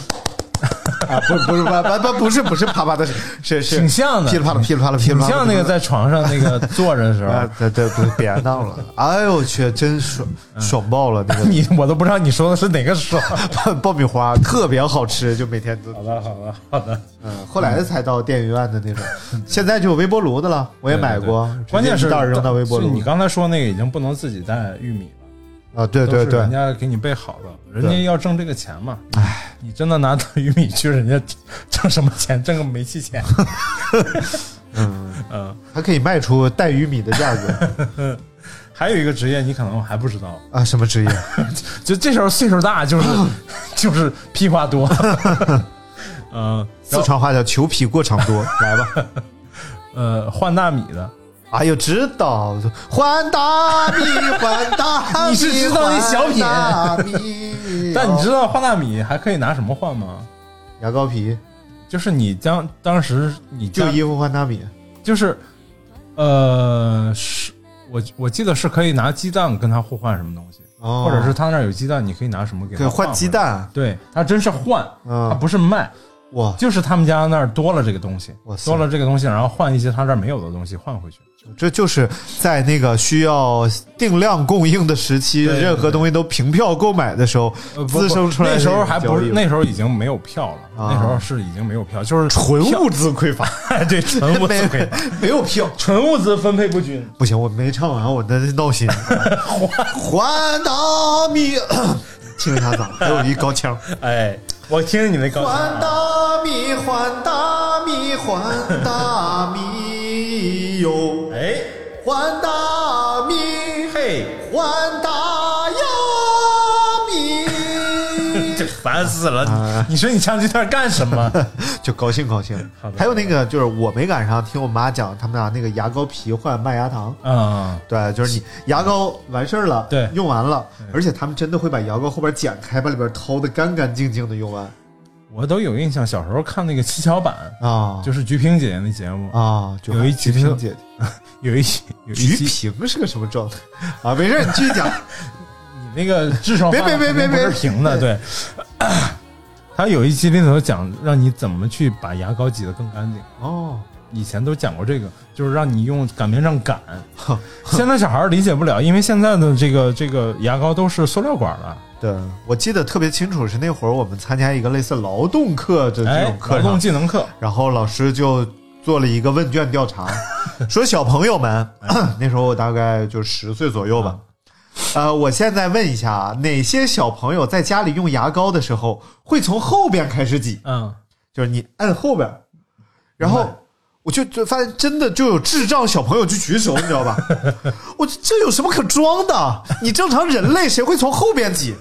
[SPEAKER 3] 啊，不不是不不不不是不是啪啪的，是是
[SPEAKER 4] 挺像的嗯
[SPEAKER 3] 噼里啪啦噼里啪啦噼里
[SPEAKER 4] 挺
[SPEAKER 3] 啪啦，
[SPEAKER 4] 像那个在床上那个坐着的时
[SPEAKER 3] 啊
[SPEAKER 4] 候，，
[SPEAKER 3] 对对，不是别闹了， 哎呦我去，真爽
[SPEAKER 4] 嗯
[SPEAKER 3] 爽爆了那个。
[SPEAKER 4] 你我都不知道你说的是哪个爽。
[SPEAKER 3] 爆爆米花特别好吃，就每天都
[SPEAKER 4] 好的，好的，好 的。
[SPEAKER 3] 嗯，后来才到电影院的 那种，现在就有微波炉的了，我也买过，直接
[SPEAKER 4] 关键是
[SPEAKER 3] 一袋扔到微波
[SPEAKER 4] 是
[SPEAKER 3] 炉
[SPEAKER 4] 你刚才说那个已经不能自己带玉米了，
[SPEAKER 3] 啊，对对
[SPEAKER 4] 都是
[SPEAKER 3] 对
[SPEAKER 4] 人，家给你备好了，人家要挣这个钱嘛。哎，你真的拿到玉米去，人家挣什么钱？挣个煤气钱。
[SPEAKER 3] 还可以卖出带鱼米的价格
[SPEAKER 4] 还有一个职业，你可能还不知道，
[SPEAKER 3] 啊，什 么职业？
[SPEAKER 4] 就这时候岁数大，就是 就是屁话多。嗯，然
[SPEAKER 3] 四
[SPEAKER 4] 后
[SPEAKER 3] 川话叫求皮过长多，来吧。
[SPEAKER 4] 呃，换大米的，
[SPEAKER 3] 哎呦，知道，还大米，还大米，
[SPEAKER 4] 你是知道那小品
[SPEAKER 3] 还大米 哦
[SPEAKER 4] 但你知道换大米还可以拿什么换吗？
[SPEAKER 3] 牙膏皮
[SPEAKER 4] 就是你将当时你
[SPEAKER 3] 旧
[SPEAKER 4] 将
[SPEAKER 3] 衣服换大米，
[SPEAKER 4] 就是，呃，是我我记得是可以拿鸡蛋跟他互换什么东西，
[SPEAKER 3] 哦
[SPEAKER 4] 或者是他那儿有鸡蛋，你可以拿什么给
[SPEAKER 3] 可以
[SPEAKER 4] 他
[SPEAKER 3] 换
[SPEAKER 4] 回来
[SPEAKER 3] 鸡。蛋，
[SPEAKER 4] 对他真是换，
[SPEAKER 3] 嗯
[SPEAKER 4] 他啊不是卖，
[SPEAKER 3] 哇，
[SPEAKER 4] 就是他们家那儿多了这个东西
[SPEAKER 3] 哇，塞
[SPEAKER 4] 多了这个东西，然后换一些他这儿没有的东西换回去。
[SPEAKER 3] 这就是在那个需要定量供应的时期，
[SPEAKER 4] 对对
[SPEAKER 3] 任何东西都凭票购买的时候
[SPEAKER 4] 呃，不
[SPEAKER 3] 滋生出来
[SPEAKER 4] 不
[SPEAKER 3] 的
[SPEAKER 4] 那时候
[SPEAKER 3] 种
[SPEAKER 4] 还
[SPEAKER 3] 交
[SPEAKER 4] 不是
[SPEAKER 3] 易
[SPEAKER 4] 那时候已经没有票了，
[SPEAKER 3] 啊
[SPEAKER 4] 那时候是已经没有票，就是
[SPEAKER 3] 纯
[SPEAKER 4] 票
[SPEAKER 3] 物资匮乏，
[SPEAKER 4] 对 纯物资
[SPEAKER 3] 没
[SPEAKER 4] 匮乏
[SPEAKER 3] 没有票。
[SPEAKER 4] 纯物资分配不均。
[SPEAKER 3] 不行，我没唱完，我那 闹心。 还大米， 听一下咋？还有一高腔。
[SPEAKER 4] 哎，我听听你那高潮
[SPEAKER 3] 还
[SPEAKER 4] 啊
[SPEAKER 3] 大米，还大米，还大米哟！
[SPEAKER 4] 哎，
[SPEAKER 3] 还大米，
[SPEAKER 4] 嘿，
[SPEAKER 3] 还大呀 米。
[SPEAKER 4] 这烦死了！你说你唱这段干什 么？
[SPEAKER 3] 就高兴高兴
[SPEAKER 4] 好。的
[SPEAKER 3] 还有那个就是我没赶上，听我妈讲，他们拿那个牙膏皮换麦芽糖。
[SPEAKER 4] 嗯，
[SPEAKER 3] 对，就是你牙膏完事儿了，
[SPEAKER 4] 对
[SPEAKER 3] 用完了，而且他们真的会把牙膏后边剪开，把里边掏的干干净净的用完
[SPEAKER 4] 我都有印象，小时候看那个七巧板，
[SPEAKER 3] 啊，
[SPEAKER 4] 就是菊萍姐姐那节目，
[SPEAKER 3] 啊，就
[SPEAKER 4] 有一集
[SPEAKER 3] 菊萍姐姐，
[SPEAKER 4] 有一期有一
[SPEAKER 3] 菊
[SPEAKER 4] 期
[SPEAKER 3] 萍是个什么状态啊？没事儿，你继 续讲。
[SPEAKER 4] 你那个智商
[SPEAKER 3] 别别别别别
[SPEAKER 4] 不是平的，对。 他有一期里头讲让你怎么去把牙膏挤得更干净，
[SPEAKER 3] 哦，
[SPEAKER 4] 以前都讲过这个，就是让你用擀面杖 擀。
[SPEAKER 3] 哼
[SPEAKER 4] 现在小孩儿理解不了，因为现在的这个这个牙膏都是塑料管了，
[SPEAKER 3] 对，我记得特别清楚，是那会儿我们参加一个类似劳动课的这
[SPEAKER 4] 哎
[SPEAKER 3] 种，课
[SPEAKER 4] 劳
[SPEAKER 3] 程
[SPEAKER 4] 动，技能课，
[SPEAKER 3] 然后老师就做了一个问卷调查， 说小朋友们，
[SPEAKER 4] 哎
[SPEAKER 3] 那时候我大概就十岁左右
[SPEAKER 4] 嗯
[SPEAKER 3] 吧。呃，我现在问一下啊，哪些小朋友在家里用牙膏的时候会从后边开始挤？
[SPEAKER 4] 嗯，
[SPEAKER 3] 就是你按后边，然后我就就发现真的就有智障小朋友去举手，你知 道吧？我这这有什么可装的？你正常人类谁会从后边挤？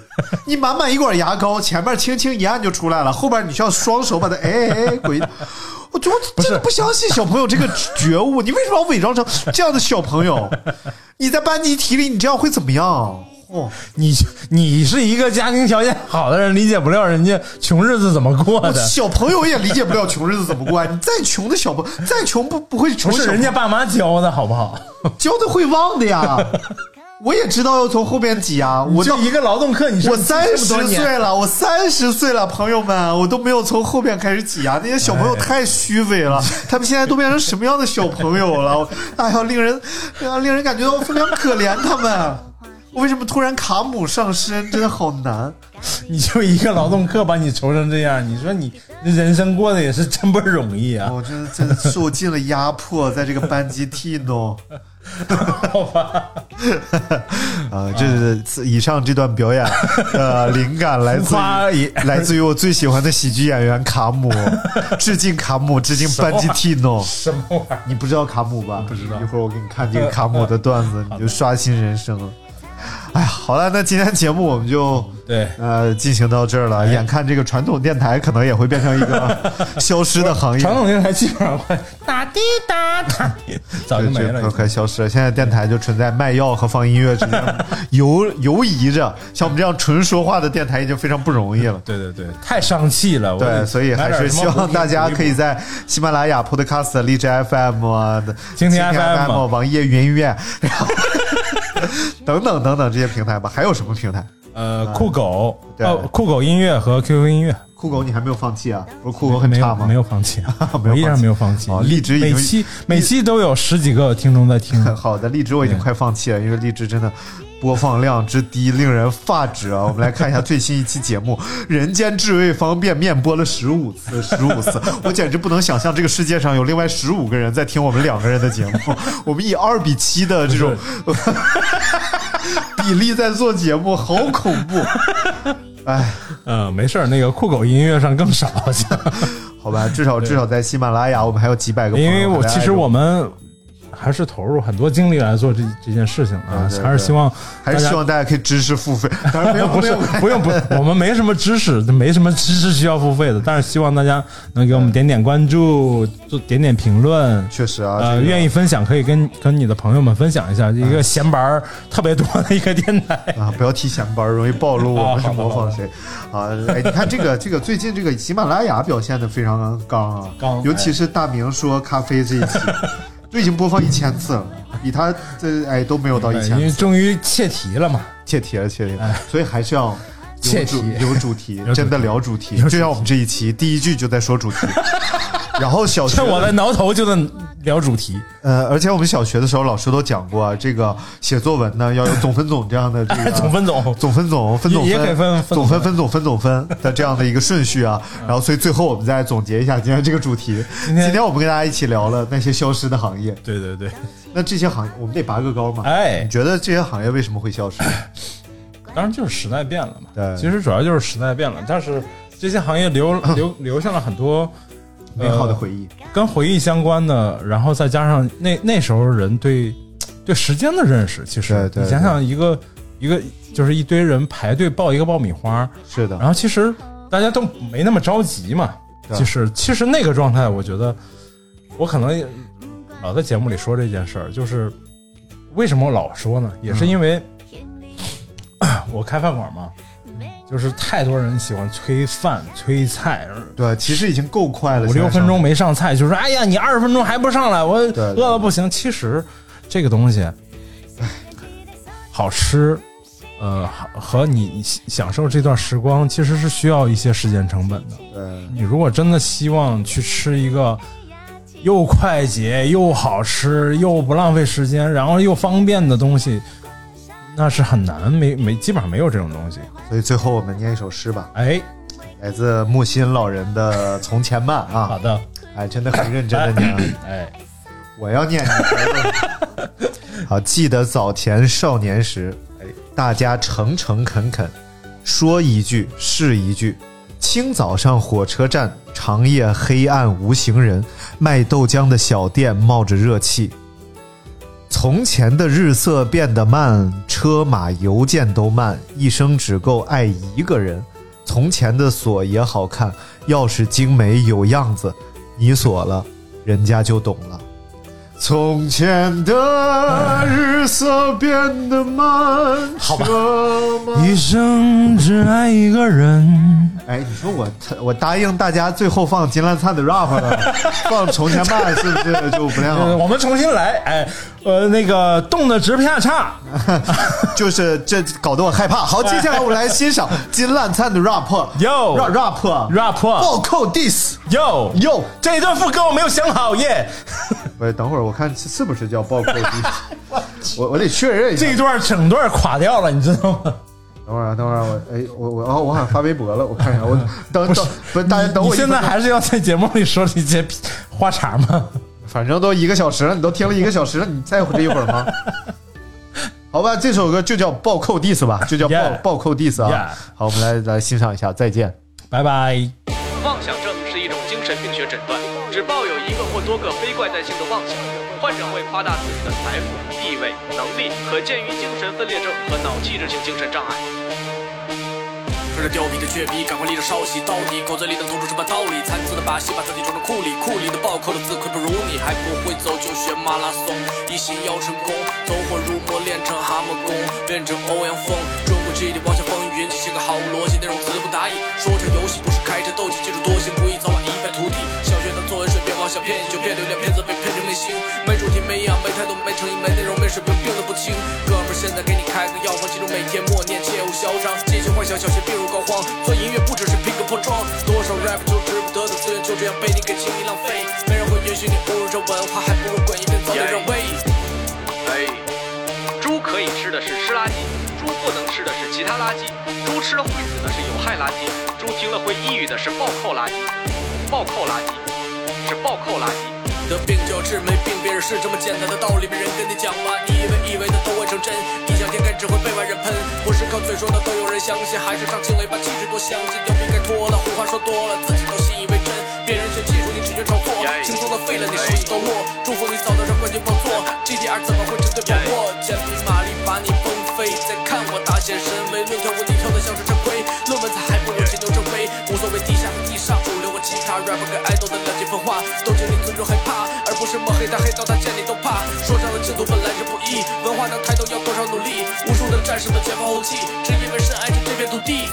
[SPEAKER 3] 你满满一管牙膏，前面轻轻一按就出来了，后边你需要双手把它 哎哎哎鬼。我就我真的不相信小朋友这个觉悟，你为什么要伪装成这样的小朋友？你在班级体里你这样会怎么样？哦，
[SPEAKER 4] 你你是一个家庭条件好的人，理解不了人家穷日子怎么过的。
[SPEAKER 3] 小朋友也理解不了穷日子怎么过啊！你再穷的小朋友，再穷不不会穷
[SPEAKER 4] 不
[SPEAKER 3] 小
[SPEAKER 4] 是
[SPEAKER 3] 朋
[SPEAKER 4] 人
[SPEAKER 3] 友
[SPEAKER 4] 家爸妈教的好不好？
[SPEAKER 3] 教的会忘的呀。我也知道要从后边挤啊，我
[SPEAKER 4] 就
[SPEAKER 3] 到
[SPEAKER 4] 一个劳动课，你
[SPEAKER 3] 我
[SPEAKER 4] 上
[SPEAKER 3] 三
[SPEAKER 4] 这
[SPEAKER 3] 十
[SPEAKER 4] 么多年，
[SPEAKER 3] 岁了，我三十岁了，朋友们，我都没有从后边开始挤啊。那些小朋友太虚伪了，
[SPEAKER 4] 哎
[SPEAKER 3] 他们现在都变成什么样的小朋友了？ 哎呀，令人，哎呀，令人感觉到非常可怜他们。我为什么突然卡姆上身？真的好难。
[SPEAKER 4] 你就一个劳动课把你愁成这样，你说你这人生过得也是真不容易啊，
[SPEAKER 3] 我哦真的真的受尽了压迫，在这个班级替 弄。哦
[SPEAKER 4] 好吧？
[SPEAKER 3] 啊，这是以上这段表演，呃，灵感 来自
[SPEAKER 4] 花
[SPEAKER 3] 于来自于我最喜欢的喜剧演员卡 姆，致敬卡姆，致敬班吉蒂诺。
[SPEAKER 4] 什么玩意儿？
[SPEAKER 3] 你不知道卡姆吧？
[SPEAKER 4] 不知道呃
[SPEAKER 3] 一会儿我给你看这个卡姆的段子，你就刷新人生了。哎呀，好了，那今天节目我们就
[SPEAKER 4] 对哎
[SPEAKER 3] 呃进行到这儿了。眼看这个传统电台可能也会变成 一个消失的行业，
[SPEAKER 4] 传统电台基本上快哒滴哒 哒，早就没
[SPEAKER 3] 对，
[SPEAKER 4] 了
[SPEAKER 3] 快。快消失了。现在电台就存在卖药和放音乐 之间游游移着，像我们这样纯说话的电台已经非常不容易了。
[SPEAKER 4] 对对对，太伤气了。我
[SPEAKER 3] 对，所以还是希望大家可以在喜马拉雅、Podcast、荔枝 FM 啊、
[SPEAKER 4] 蜻蜓
[SPEAKER 3] FM
[SPEAKER 4] FM
[SPEAKER 3] 啊、网易云音乐，然后等等等等这些平台吧。还有什么平台？
[SPEAKER 4] 呃酷狗
[SPEAKER 3] 啊对
[SPEAKER 4] 哦酷狗音乐和 QQ 音乐
[SPEAKER 3] 酷狗你还没有放弃啊？不是酷狗很
[SPEAKER 4] 没
[SPEAKER 3] 差
[SPEAKER 4] 有
[SPEAKER 3] 吗？
[SPEAKER 4] 没有放弃，
[SPEAKER 3] 没有
[SPEAKER 4] 我依
[SPEAKER 3] 放
[SPEAKER 4] 然
[SPEAKER 3] 弃
[SPEAKER 4] 没有放弃
[SPEAKER 3] 哦。荔枝已经
[SPEAKER 4] 每期每期都有十几个听众在 听，
[SPEAKER 3] 好的，荔枝我已经快放弃了，因为荔枝真的播放量之低令人发指啊！我们来看一下最新一期节目，《人间至味方便面》播了十五次， 十五次，我简直不能想象这个世界上有另外十五个人在听我们两个人的节目。 我们以二比七的这种 比例在做节目，好恐怖！哎，
[SPEAKER 4] 嗯，没事儿，那个酷狗音乐上更少，好像，
[SPEAKER 3] 好吧，至少至少在喜马拉雅，我 们还有几百个朋
[SPEAKER 4] 因
[SPEAKER 3] 友还在爱
[SPEAKER 4] 为
[SPEAKER 3] 着。
[SPEAKER 4] 我其实我们还是投入很多精力来做这这件事情啊
[SPEAKER 3] 对对，对
[SPEAKER 4] 还是希望
[SPEAKER 3] 还是希望大家可以支持付费，当然没有
[SPEAKER 4] 不
[SPEAKER 3] 没
[SPEAKER 4] 是
[SPEAKER 3] 有
[SPEAKER 4] 不用不，我们没什么知识，没什么知识需要付费的，但是希望大家能给我们点点关注，做点点评论。
[SPEAKER 3] 确实啊，
[SPEAKER 4] 呃，
[SPEAKER 3] 这个
[SPEAKER 4] 愿意分享可以跟跟你的朋友们分享一下，一
[SPEAKER 3] 嗯
[SPEAKER 4] 个闲白儿特别多的一个电 台。
[SPEAKER 3] 啊，不要提前班，容易暴露
[SPEAKER 4] 哦
[SPEAKER 3] 我们是模仿谁啊！哎，你看这个这个最近这个喜马拉雅表现的非常刚啊，
[SPEAKER 4] 刚哎
[SPEAKER 3] 尤其是大明说咖啡这一 期，都已经播放一千次了，比他这哎都没有到一
[SPEAKER 4] 因
[SPEAKER 3] 千
[SPEAKER 4] 为
[SPEAKER 3] 次，
[SPEAKER 4] 终于切题了嘛，
[SPEAKER 3] 切题了切题了，所以还是要。有
[SPEAKER 4] 切
[SPEAKER 3] 主
[SPEAKER 4] 题
[SPEAKER 3] 有 主题，
[SPEAKER 4] 题
[SPEAKER 3] 真的聊主 题，就像我们这一期第一句就在说主题，然后小学
[SPEAKER 4] 趁我的挠头就能聊主题。
[SPEAKER 3] 呃，而且我们小学的时候老师都讲过啊，这个写作文呢要有总分总这样的这个
[SPEAKER 4] 总分总
[SPEAKER 3] 总分总分总
[SPEAKER 4] 也也可以分分嗯
[SPEAKER 3] 总分分总分总分的这样的一个顺序啊。然后，所以最后我们再总结一下今天这个主题。今嗯
[SPEAKER 4] 天
[SPEAKER 3] 我们跟大家一起聊了那些消失的行业，
[SPEAKER 4] 对对对，
[SPEAKER 3] 那这些行业我们得拔个高嘛。
[SPEAKER 4] 哎
[SPEAKER 3] 你觉得这些行业为什么会消失？
[SPEAKER 4] 当然就是时代变了嘛。
[SPEAKER 3] 对
[SPEAKER 4] 其实主要就是时代变了，但是这些行业 留留留下了很多呃
[SPEAKER 3] 美好的回忆，
[SPEAKER 4] 跟回忆相关的，然后再加上那那时候人对对时间的认识，其
[SPEAKER 3] 对
[SPEAKER 4] 实
[SPEAKER 3] 对
[SPEAKER 4] 你想想一个一个就是一堆人排队抱一个爆米花，
[SPEAKER 3] 是的
[SPEAKER 4] 然，后其实大家都没那么着急嘛，
[SPEAKER 3] 对
[SPEAKER 4] 就是其实那个状态，我觉得我可能也老在节目里说这件事儿，就是为什么我老说呢？
[SPEAKER 3] 嗯
[SPEAKER 4] 也是因为、我开饭馆嘛，就是太多人喜欢催饭催菜，
[SPEAKER 3] 对，其实已经够快
[SPEAKER 4] 五
[SPEAKER 3] 了，现
[SPEAKER 4] 六
[SPEAKER 3] 在
[SPEAKER 4] 分
[SPEAKER 3] 上
[SPEAKER 4] 钟没上菜，就说哎呀，你二十分钟还不上来，我
[SPEAKER 3] 对
[SPEAKER 4] 饿的不行。其实这个东西，唉好吃，呃，好和你享受这段时光，其实是需要一些时间成本的。
[SPEAKER 3] 对
[SPEAKER 4] 你如果真的希望去吃一个又快捷又好吃又不浪费时间，然后又方便的东西，那是很难，没没基本上没有这种东西。
[SPEAKER 3] 所以最后我们念一首诗吧，
[SPEAKER 4] 哎，
[SPEAKER 3] 来自木心老人的《从前慢》
[SPEAKER 4] 好
[SPEAKER 3] 啊，
[SPEAKER 4] 的，
[SPEAKER 3] 哎，真的很认真的念啊。
[SPEAKER 4] 哎，
[SPEAKER 3] 我要念你。 好，记得早前少年时，哎大家诚诚恳恳，说一句是一句。清早上火车站，长夜黑暗无行人，卖豆浆的小店冒着热气。从前的日色变得慢，车马邮件都慢，一生只够爱一个人。从前的锁也好看，钥匙精美有样子，你锁了，人家就懂了。从前的日色变得慢，好吧。
[SPEAKER 4] 一生只爱一个人。
[SPEAKER 3] 哎，你说我我答应大家最后放金兰灿的 rap 了， 放《从前慢》是不是就不太
[SPEAKER 4] 呃，
[SPEAKER 3] 好？
[SPEAKER 4] 我们重新来，哎，呃，那个冻得直啪叉，
[SPEAKER 3] 就是这搞得我害怕。好，接下来我们来欣赏金兰灿的 rap。
[SPEAKER 4] Yo
[SPEAKER 3] rap rap
[SPEAKER 4] rap
[SPEAKER 3] 暴扣 diss。
[SPEAKER 4] 哟
[SPEAKER 3] 哟
[SPEAKER 4] 这一段副歌我没有想好耶，
[SPEAKER 3] 不是，等会儿我看是是不是叫暴扣 diss。我 我得确认一下
[SPEAKER 4] 这一。段整段垮掉了，你知道吗？
[SPEAKER 3] 等会儿啊，等会儿啊我哎我我哦我好像发微博了，我看一下。我等等不是大家等
[SPEAKER 4] 你
[SPEAKER 3] 我一
[SPEAKER 4] 现
[SPEAKER 3] 分
[SPEAKER 4] 在
[SPEAKER 3] 钟
[SPEAKER 4] 还是要在节目里说这些屁花茬吗？
[SPEAKER 3] 反正都一个小时了，你都听了一个小时了，你在乎这一会儿 吗？好吧，这首歌就叫暴扣 diss 吧，就叫暴
[SPEAKER 4] Yeah
[SPEAKER 3] 暴扣 diss 啊。
[SPEAKER 4] Yeah
[SPEAKER 3] 好，我们来来欣赏一下，再见。
[SPEAKER 4] 拜拜。
[SPEAKER 5] 妄想症是一种精神病学诊断，只抱有一个或多个非怪诞性的妄想。患者会夸大自己的财富、地位、能力，可见于精神分裂症和脑器质性精神障碍。
[SPEAKER 6] 穿着貂皮的雀皮，赶快立正稍息，到底口嘴里能吐出什么道理？残次的把戏把自己装成库里，库里的暴扣的自愧不如你，还不会走就学马拉松，一心要成功，走火入魔练成蛤蟆功，变成欧阳锋，中国 G 的王小风云，这些个毫无逻辑，内容词不达意，说成游戏不是开车斗气，记住多行不义，早晚一败涂地。小学的作文水平往小骗，就骗流量骗子被骗成明星，没主题没营养没态度没诚意没内容没水平病得不轻，哥们儿现在给你开个药方，记住每天默念切勿嚣张，继续幻想小学病入膏肓，做音乐不只是拼个破装，多 rap 就值不得的资源就这样被你给轻易浪费，没人会允许你侮辱这文化，还不如滚一边早点让位。
[SPEAKER 5] 哎，猪可以吃的是湿垃圾，猪不能吃的是其他垃圾，猪吃了会死的是有害垃圾，猪听了会抑郁的是暴扣垃圾，暴扣垃圾是暴扣垃圾。
[SPEAKER 6] 得病就要治，没病别人是这么简单的道理，没人跟你讲吗？你以为以为的都会成真，异想天开只会被外人喷。不是靠嘴说的都有人相信，还是长青雷把气质多相信，要命该脱了，胡话说多了，自己都信以为真，别人却记住你直觉超过，轻松的废了你手起刀落。祝福你早点上冠军宝座，GDR 怎么会针对宝座？千匹马力把你崩飞，再看我大显神威，论跳舞你跳的像是陈规，论文采还不如秦牛正威，无所谓地下和地上，主流和其他 rapper 跟 idol 的两极分化，都经历尊重害怕，而不是抹黑他黑到他见你都怕。说唱的净土本来就不易，文化能抬头要多少努力？无数的战士们前赴后继，只因为深爱着这片土地。